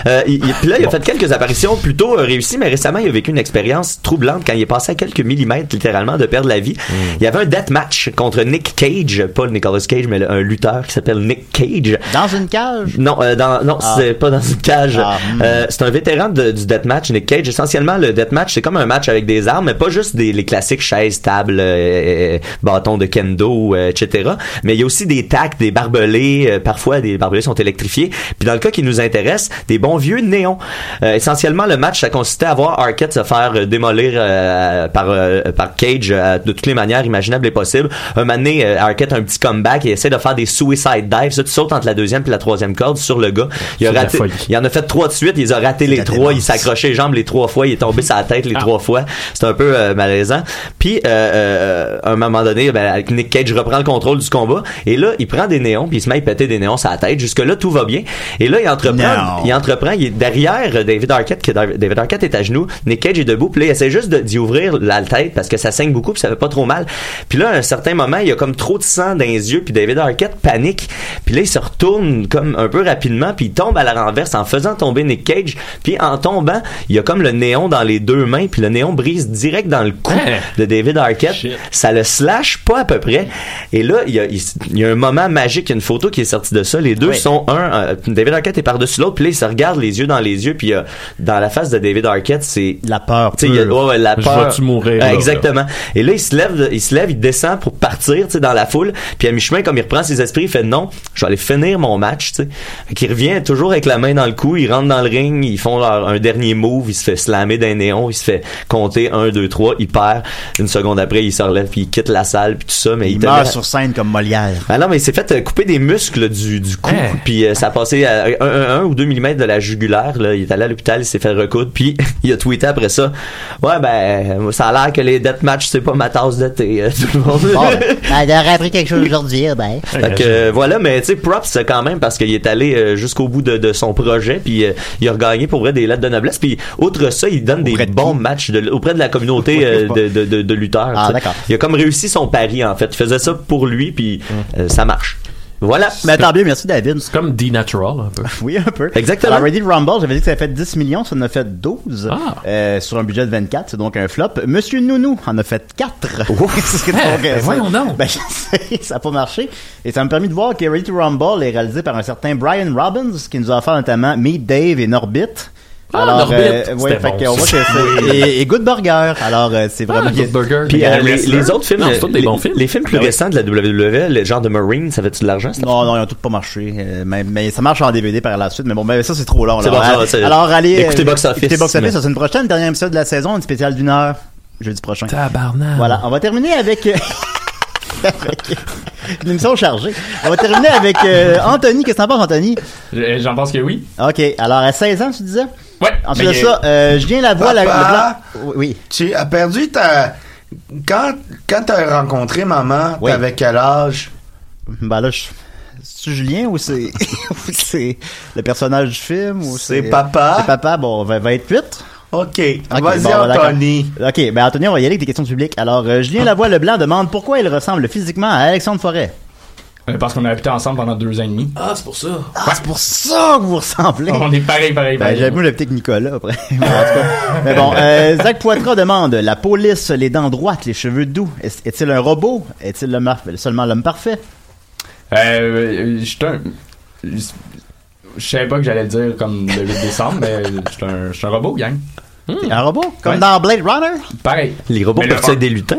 A: Euh, il- il- puis là, il a fait quelques apparitions plutôt euh, réussies, mais récemment, il a vécu une expérience troublante quand il est passé à quelques millimètres, littéralement, de perdre la vie.
B: Hmm.
A: Il y avait un death match contre Nick Cage, pas le Nicolas Cage, mais le- un lutteur qui s'appelle Nick Cage.
B: Dans une cage?
A: Non, euh, dans, non,
B: Ah.
A: c'est pas dans une cage.
B: Ah,
R: Mm.
B: hmm.
A: Euh, c'est un vétéran de- du deathmatch, Nick Cage. Essentiellement, le deathmatch, c'est comme un match avec des armes, mais pas juste des, les classiques chaises, tables, euh, euh, bâtons de kendo, euh, etc. Mais il y a aussi des tacs, des barbelés. euh, parfois, des barbelés sont électrifiés. Puis dans le cas qui nous intéresse, des bons vieux néons. Euh, essentiellement, le match, ça consistait à voir Arquette se faire euh, démolir euh, par, euh, par Cage euh, de toutes les manières imaginables et possibles. Un moment donné, euh, Arquette a un petit comeback et essaie de faire des suicide dives. Ça, tu sautes entre la deuxième et la troisième corde sur le gars. Il
R: C'est
A: a
R: de la
A: raté,
R: folie.
A: il en a fait trois de suite, il les a raté les trois, il s'est accroché les jambes les trois fois, il est tombé sa tête les trois fois. C'est un peu euh, malaisant. Puis, euh, euh, à un moment donné, ben, avec Nick Cage reprend le contrôle du combat et là, il prend des néons, puis il se met à péter des néons sa tête. Jusque-là, tout va bien. Et là, il entreprend,
R: Non.
A: il entreprend, il est derrière euh, David Arquette, que Dav- David Arquette est à genoux, Nick Cage est debout, puis là, il essaie juste de- d'y ouvrir la tête parce que ça saigne beaucoup, puis ça fait pas trop mal. Puis là, à un certain moment, il y a comme trop de sang dans les yeux, puis David Arquette panique, puis là, il se retourne comme un peu rapidement, puis il tombe à la renverse en faisant tomber Nick Cage, puis en tombant, il y a comme le néon dans les deux mains, puis le néon brise direct dans le cou
C: Hein?
A: de David Arquette. Ça le slash pas à peu près. Et là, il y a, il s- il y a un moment magique, il y a une photo qui est sortie de ça, les deux
R: Oui.
A: sont sont un, euh, David Arquette est par-dessus l'autre, puis là, ils se regardent les yeux dans les yeux, puis euh, dans la face de David Arquette, c'est...
B: La peur
A: Tu sais, il y a-
B: pure.
A: ouais, ouais, la
B: Je
A: peur.
B: vois-tu mourir,
A: Ah,
B: là,
A: exactement. Et là, il se lève, de- il se lève, il descend pour partir, tu sais, dans la foule, puis à mi-chemin, comme il reprend ses esprits, il fait non, je vais aller finir mon match, tu sais. Fait qu'il revient toujours avec la main dans le cou, il rentre dans le ring, ils font leur- un dernier move, il se fait slammer d'un néon, il se fait compter 1, 2, 3, il perd. Une seconde après, il se relève, puis il quitte la salle, puis tout ça, mais il,
B: Il
A: tenait-
B: meurt sur scène comme Molière.
A: ah non, mais il s'est fait euh, couper des muscles du, du cou, puis euh, ça a passé à 1 ou 2 mm de la jugulaire. Là. Il est allé à l'hôpital, il s'est fait recoudre, puis il a tweeté après ça. Ouais, ben, ça a l'air que les deathmatchs, c'est pas ma tasse de thé, euh, tout le monde.
B: elle ben, aurait appris quelque chose aujourd'hui, ben.
A: Fait que, euh, voilà, mais tu sais, props euh, quand même parce qu'il est allé euh, jusqu'au bout de, de son projet, puis euh, il a regagné pour vrai des lettres de noblesse. Puis outre ça, il donne des bons matchs de- auprès de la communauté euh, de, de, de- de lutteurs.
B: Ah,
A: tu sais.
B: d'accord.
A: Il a comme réussi son pari en fait. Il faisait ça pour lui, puis euh, ça marche. Voilà.
B: Mais tant bien, merci David. C'est
C: comme D Natural un peu.
B: Oui, un peu.
A: Exactement.
B: Alors, Ready to Rumble, j'avais dit que ça a fait 10 millions, ça en a fait 12
R: Ah.
B: euh, sur un budget de 24, c'est donc un flop. Monsieur Nounou en a fait 4. C'est donc,
R: Eh, ben
B: euh, ça-
R: voyons donc.
B: Ben, je sais, ça n'a pas marché. Et ça m'a permis de voir que Ready to Rumble est réalisé par un certain Brian Robbins, qui nous a offert notamment Meet Dave et Norbit. euh,
R: Ah, Norbit. C'était bon,
B: fait qu'on voit
R: ça.
B: que c'est-
R: Oui. Ah,
B: et, et Good Burger. Alors, euh, c'est vraiment...
A: Good
B: Burger.
A: Puis euh, les, les autres films, euh, les, les films plus
B: Ah oui.
A: récents de la WWE, le genre de Marine, ça fait-tu de l'argent? ça?
B: Non, non, ils ont tous pas marché. Euh, mais, mais ça marche en DVD par la suite. Mais bon, ben, ça, c'est trop long.
A: C'est
B: alors,
A: bon, ça,
B: allez-
A: c'est-
B: alors, allez.
A: Écoutez
B: euh,
A: Box Office,
B: Écoutez Box Office,
A: mais-
B: la semaine prochaine, dernier épisode de la saison, une spéciale d'une heure, jeudi prochain.
C: Tabarnak.
B: Voilà, on va terminer avec. euh, avec une émission chargée. On va terminer avec euh, Anthony. Qu'est-ce que t'en penses, Anthony?
A: Euh,
R: Je- J'en pense que oui.
B: Ok, alors à 16 ans, tu disais?
R: Ouais.
B: Ensuite de
R: mais-
B: ça, euh, Julien Lavoie, la,
S: Papa,
B: le blanc- Oui.
S: Tu as perdu ta. Quand, quand t'as rencontré maman,
B: Oui.
S: t'avais quel âge?
B: Ben là, je. C'est Julien ou c'est ou c'est le personnage du film ou
F: C'est papa.
B: C'est papa. Bon, va- 28.
F: OK.
B: Ok,
F: Vas-y,
B: bon, ben, d'accord.
F: Anthony.
B: OK, ben Anthony, on va y aller avec des questions publiques. Alors, euh, Julien Lavoie Leblanc demande pourquoi il ressemble physiquement à Alexandre Forêt.
A: Euh, Parce qu'on a habité ensemble pendant deux ans et demi.
C: Ah, c'est pour ça.
B: c'est pour ça que vous ressemblez.
A: On est pareil, pareil,
B: Ben,
A: pareil.
B: j'avoue, le petit Nicolas, après. Bon, en tout cas. Mais bon, euh, Zach Poitras demande La police, les dents droites, les cheveux doux. Est- Est-il un robot Est-il l'homme- seulement l'homme parfait
A: Euh, je un. Je je savais pas que j'allais le dire comme le 8 décembre, mais je un, j'suis un robot, gang.
B: Un robot Comme
A: Ouais.
B: dans Blade Runner
A: Pareil.
E: Les robots
A: Mais le
E: peuvent
A: ro-
E: être des lutins.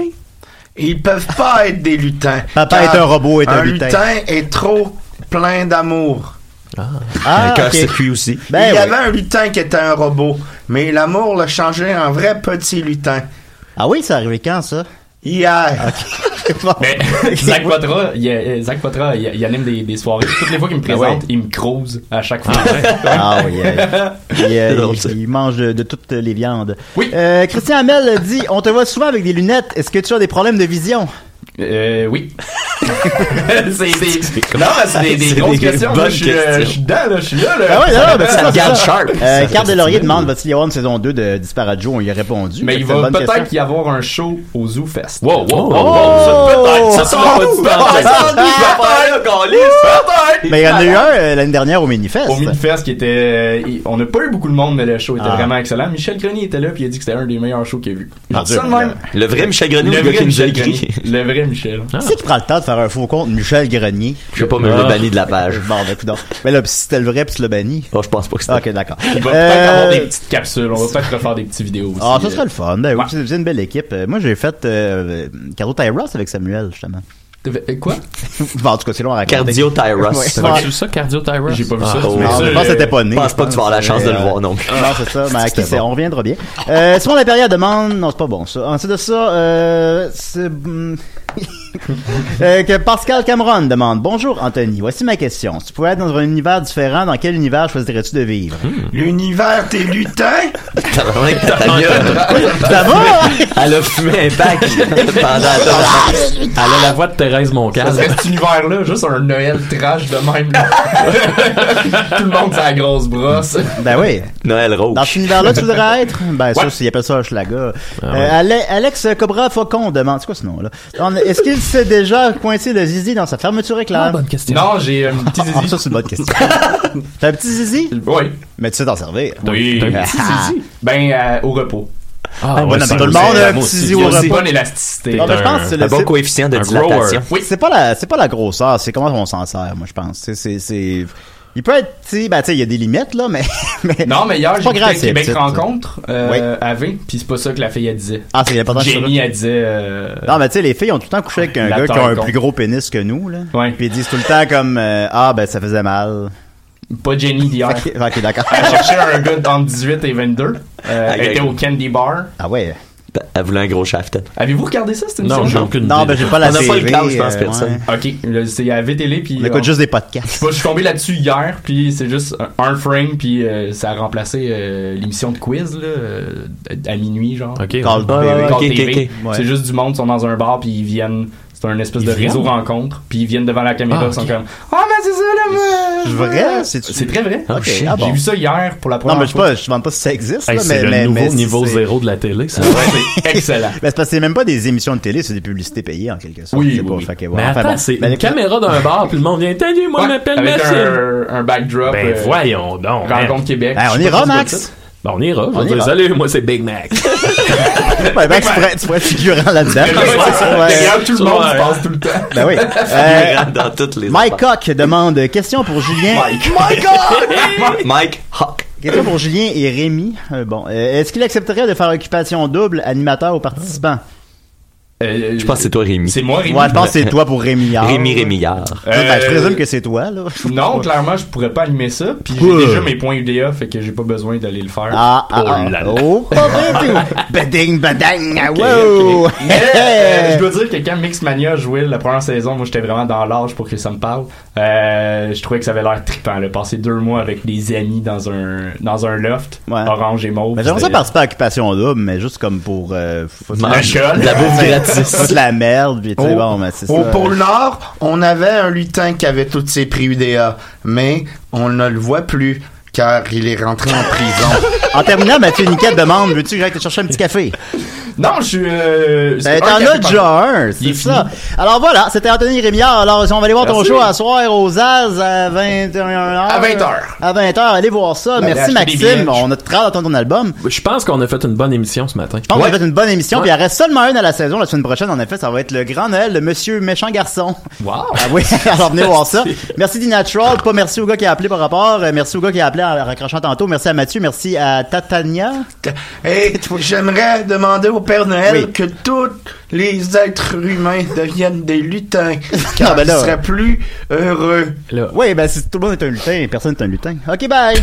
F: Ils peuvent pas être des lutins.
B: Papa
F: car
B: est un robot, est un
F: lutin.
B: lutin.
F: est trop plein d'amour.
B: Ah, ok.
E: aussi.
B: Ben
F: Il y
B: oui.
F: avait un lutin qui était un robot, mais l'amour l'a changé en vrai petit lutin.
B: Ah oui, c'est arrivé quand ça
F: Hier.
A: Mais Zach Potra, il, euh, Zach Potra, il, il anime des, des soirées. Toutes les fois qu'il me présente, il me crouse à chaque fois.
B: Ah oui, euh, il, euh, il- il mange de, de toutes les viandes. Oui. Christian Hamel dit On te voit souvent avec des lunettes. Est-ce que tu as des problèmes de vision
A: Euh, oui. c'est des... Non, mais c'est des, des
B: C'est
A: grosses
B: des
A: questions.
B: bonnes
A: là, Je suis euh,
B: questions.
A: je suis dedans, là, je suis là. là.
B: Ah ouais, non, non, ben, c'est ça, c'est
A: Garde
B: ça.
A: sharp.
B: Euh, Carte de Laurier demande Va-t-il y avoir une saison 2 de Disparate Joe On y a répondu.
A: Mais
B: Fait
A: il
B: que c'est une
A: va
B: bonne question.
A: peut-être y avoir un show au Zoo Fest. Wow, wow,
B: wow, Oh. wow, ça, peut-être, ça, tu l'as pas dit, peut-être. Mais il y en a eu un euh, l'année dernière au Minifest.
A: Au Minifest, qui était. euh, il- on n'a pas eu beaucoup de monde, mais le show était
B: Ah.
A: vraiment excellent. Michel Grenier était là, puis il a dit que c'était un des meilleurs shows qu'il a vu.
B: Mon
A: Je dis
B: Dieu.
A: ça de même.
E: Le vrai Michel Grenier ou
A: Le
E: le gars
A: vrai
E: qui nous a
A: Michel
E: écrit?
A: Grenier. Le vrai Michel.
B: Qui c'est qui prend le temps de faire un faux compte Michel Grenier
E: Je sais pas, mais je
B: Ah.
E: le banni de la page.
B: Bon, ben, coudonc. Mais là, pis si c'était le vrai, puis tu l'as banni.
E: Oh, je pense pas que c'était.
B: Ok, d'accord.
A: Il va
B: Euh,
A: peut-être avoir des petites capsules. On va peut-être refaire des petites vidéos aussi.
B: Ah, ça serait le fun. Ben oui, vous êtes une belle équipe. Euh, Moi, j'ai fait euh, Cardio Tyros avec Samuel, justement.
A: Quoi?
B: Bon, en tout cas, c'est long à raconter.
E: Cardio Tyros.
B: Ouais.
E: T'as-tu vu
C: ça, Cardio Tyros?
A: J'ai pas vu
E: Ah,
A: ça.
E: oh,
A: mais
E: non,
A: ça,
E: je pense que
B: t'étais pas né. Euh,
E: Je pense pas que tu vas avoir la chance de le voir non plus.
B: Non, c'est ça. Mais à qui
E: C'était
B: c'est?
E: bon.
B: On reviendra bien. Euh, Simon Lapierre demande... Non, c'est pas bon, ça. Ensuite de ça, euh, c'est... hum, euh, que Pascal Cameron demande Bonjour Anthony, voici ma question. Si tu pouvais être dans un univers différent, dans quel univers choisirais-tu de vivre
F: L'univers des lutins
E: T'as vraiment que t'as ta gueule.
B: Ça va
E: Elle a fumé un pack pendant la
C: Elle a Ah, la voix de Thérèse
A: Ça
C: Moncal.
B: Ah,
A: serait cet univers-là, juste un Noël trash de même. là. Tout le monde, c'est la grosse brosse.
B: Ben oui.
E: Noël Rose.
B: Dans cet univers-là, tu voudrais être? Ben, ça, c'est- ils appellent ça un schlaga. Euh, Ale- Alex Cobra Faucon demande, c'est quoi ce nom-là? On- Est-ce qu'il s'est déjà coincé le zizi dans sa fermeture éclair? Ah,
A: Non, j'ai euh, un petit Ah, zizi.
B: ça, c'est une bonne question. T'as un petit zizi?
A: Oui.
B: Mais tu sais t'en servir.
A: Oui.
B: Ah.
A: Ben, euh, au repos.
B: Ah, bon, non, mais tout le monde a un petit zizi au
A: C'est
B: repas.
A: bonne élasticité.
B: Ah, ben, je pense
C: Euh,
B: que c'est le- c'est- C'est pas la, c'est pas la grosseur, c'est comment on s'en sert, moi, je pense. C'est, c'est, c'est, il peut être, tu sais, ben, tu sais, il y a des limites, là, mais, mais
A: Non, mais hier,
B: c'est
A: j'ai
B: pas grave,
A: écouté
B: c'est
A: Québec
B: petit.
A: Rencontre euh,
B: Oui.
A: à V, puis c'est pas ça que la fille, elle disait.
B: Ah, c'est important. c'est
A: Jenny,
B: sûr.
A: elle disait... euh,
B: Non, mais tu sais, les filles ont tout le temps couché avec un
A: La
B: gars qui a un
A: taille
B: plus
A: compte.
B: gros pénis que nous, là.
A: Ouais.
B: Puis ils disent tout le temps comme, euh, ah, ben, ça faisait mal.
A: Pas Jenny d'hier.
B: Ok, ok, d'accord.
A: Elle cherchait un gars entre 18 et 22. Euh, elle était au Candy Bar.
B: Ah ouais.
E: Elle voulait un gros shaft.
A: Avez-vous regardé ça, cette émission?
E: Non, j'ai aucune
B: Non,
E: idée.
B: ben, j'ai pas la
E: On a pas
B: série,
E: le câble, je pense,
B: euh,
E: personne.
A: Ok, là, c'est à VTL puis.
B: On écoute
A: euh,
B: juste des podcasts.
A: Je sais pas, je suis tombé là-dessus hier, puis c'est juste un- un frame, puis euh, ça a remplacé euh, l'émission de quiz là, euh, à minuit, genre.
C: Ok,
A: Call
C: ouais. Ah,
A: TV.
C: ouais,
A: Call
C: ok,
A: TV.
C: ok, ok.
A: C'est
C: Ouais.
A: juste du monde, ils sont dans un bar, puis ils viennent. C'est un espèce
C: Ils
A: de
C: viennent?
A: réseau rencontre, puis ils viennent devant la caméra,
C: Ah,
A: ils sont
C: ok.
A: comme. Ah, mais c'est ça, là, mais-
B: Vrai? C'est-tu-
A: C'est très vrai.
B: Ok, ah bon.
A: J'ai vu ça hier pour la
B: Non,
A: première
B: mais je sais
A: fois.
B: pas, je demande pas si ça existe,
C: Hey,
B: là, mais,
C: c'est le
B: mais,
C: nouveau
B: mais si
C: niveau
B: c'est-
C: zéro de la télé, ça.
A: Excellent.
B: Ben, c'est parce que c'est même pas des émissions de télé, c'est des publicités payées, en quelque sorte.
A: Oui,
B: C'est
A: oui,
B: pas-
A: oui.
B: fait que, ouais,
C: Mais
B: enfin,
C: attends,
B: bon.
C: c'est
B: Ben,
C: une caméra d'un bar, puis le monde vient, attendez, moi,
A: Ouais,
C: je m'appelle
A: avec
C: Maxime.
A: un, un backdrop.
C: Ben,
A: euh,
C: voyons donc. man.
A: Rencontre Québec.
B: Ben, on
A: Je sais
B: ira,
A: pas si
B: Max.
A: c'est ça.
C: Ben, on ira. Je
B: On
C: vais dire,
B: ira.
C: salut, moi, c'est Big Mac.
B: Ouais, ben, tu pourrais, tu pourrais être figurant là-dedans. Ouais.
A: Derrière tout le monde,
C: Ouais.
A: se passe tout le temps.
B: Ben oui. Euh,
E: Figurant dans toutes les
B: Mike Cock demande question pour Julien.
E: Mike.
B: Mike Cock!
E: affaires. Mike Hawk.
B: Question pour Julien et Rémi. Euh, bon, euh, est-ce qu'il accepterait de faire occupation double animateur ou participant?
A: Euh,
E: Je pense que c'est toi, Rémi.
A: C'est moi, Rémi.
B: Ouais, je pense que c'est toi pour Rémi Yard.
E: Rémi Rémillard.
B: Ouais, ben, je
A: Euh,
B: présume que c'est toi, là.
A: Non, clairement, je pourrais pas animer ça. Puis j'ai
B: Pourquoi?
A: déjà mes points UDA, fait que j'ai pas besoin d'aller le faire.
B: Ah, ah, ah.
C: Oh là là.
B: Oh, pas vrai, tout. Bading, badang, ah, wow.
A: Ok. Mais, euh, je dois dire que quand Mixmania jouait la première saison, moi j'étais vraiment dans l'âge pour que ça me parle. Euh, je trouvais que ça avait l'air trippant, là, passer deux mois avec des amis dans un dans un loft,
B: Ouais.
A: orange et mauve.
B: Mais j'aimerais ça
A: C'était-
B: participer à Occupation Double, mais juste comme pour... Euh, faut-
E: Mange
A: Le col.
E: de la bouffe
B: Toute la merde, puis tu sais,
A: Au-
B: bon, mais c'est
A: Au
B: ça.
A: pôle Nord, on avait un lutin qui avait toutes ses prix UDA, mais on ne le voit plus car il est rentré en prison.
B: En terminant, Mathieu Niquette demande Veux-tu que j'aille te chercher un petit café
T: Non, je suis. Euh,
B: ben,
A: c'est
B: t'en
A: un
B: as
A: café
B: déjà
A: par-
B: un, c'est ça. Alors voilà, c'était Anthony Rémillard. Alors, on va aller voir ton
A: Merci.
B: show à soir aux Az à 21h.
A: À 20 heures.
B: À 20h, allez voir ça.
C: Ben,
B: Merci
C: allez acheter des billets.
B: Maxime. On a très hâte d'entendre ton album.
C: Je pense qu'on a fait une bonne émission ce matin.
B: Je pense qu'on a fait une bonne émission,
C: Ouais.
B: puis il en reste seulement une à la saison. La semaine prochaine, en effet, ça va être le grand Noël de Monsieur Méchant Garçon.
T: Wow!
B: Ah oui, alors venez voir ça. Merci D-Natural, pas merci au gars qui a appelé par rapport, euh, merci au gars qui a appelé en raccrochant tantôt, merci à Mathieu, merci à Tatania.
A: Et j'aimerais demander au Père Noël que tous les êtres humains deviennent des lutins, car
B: Ah, ben
A: ils
B: là.
A: seraient plus heureux.
B: Oui, ben si tout le monde est un lutin, personne n'est un lutin. Ok, bye!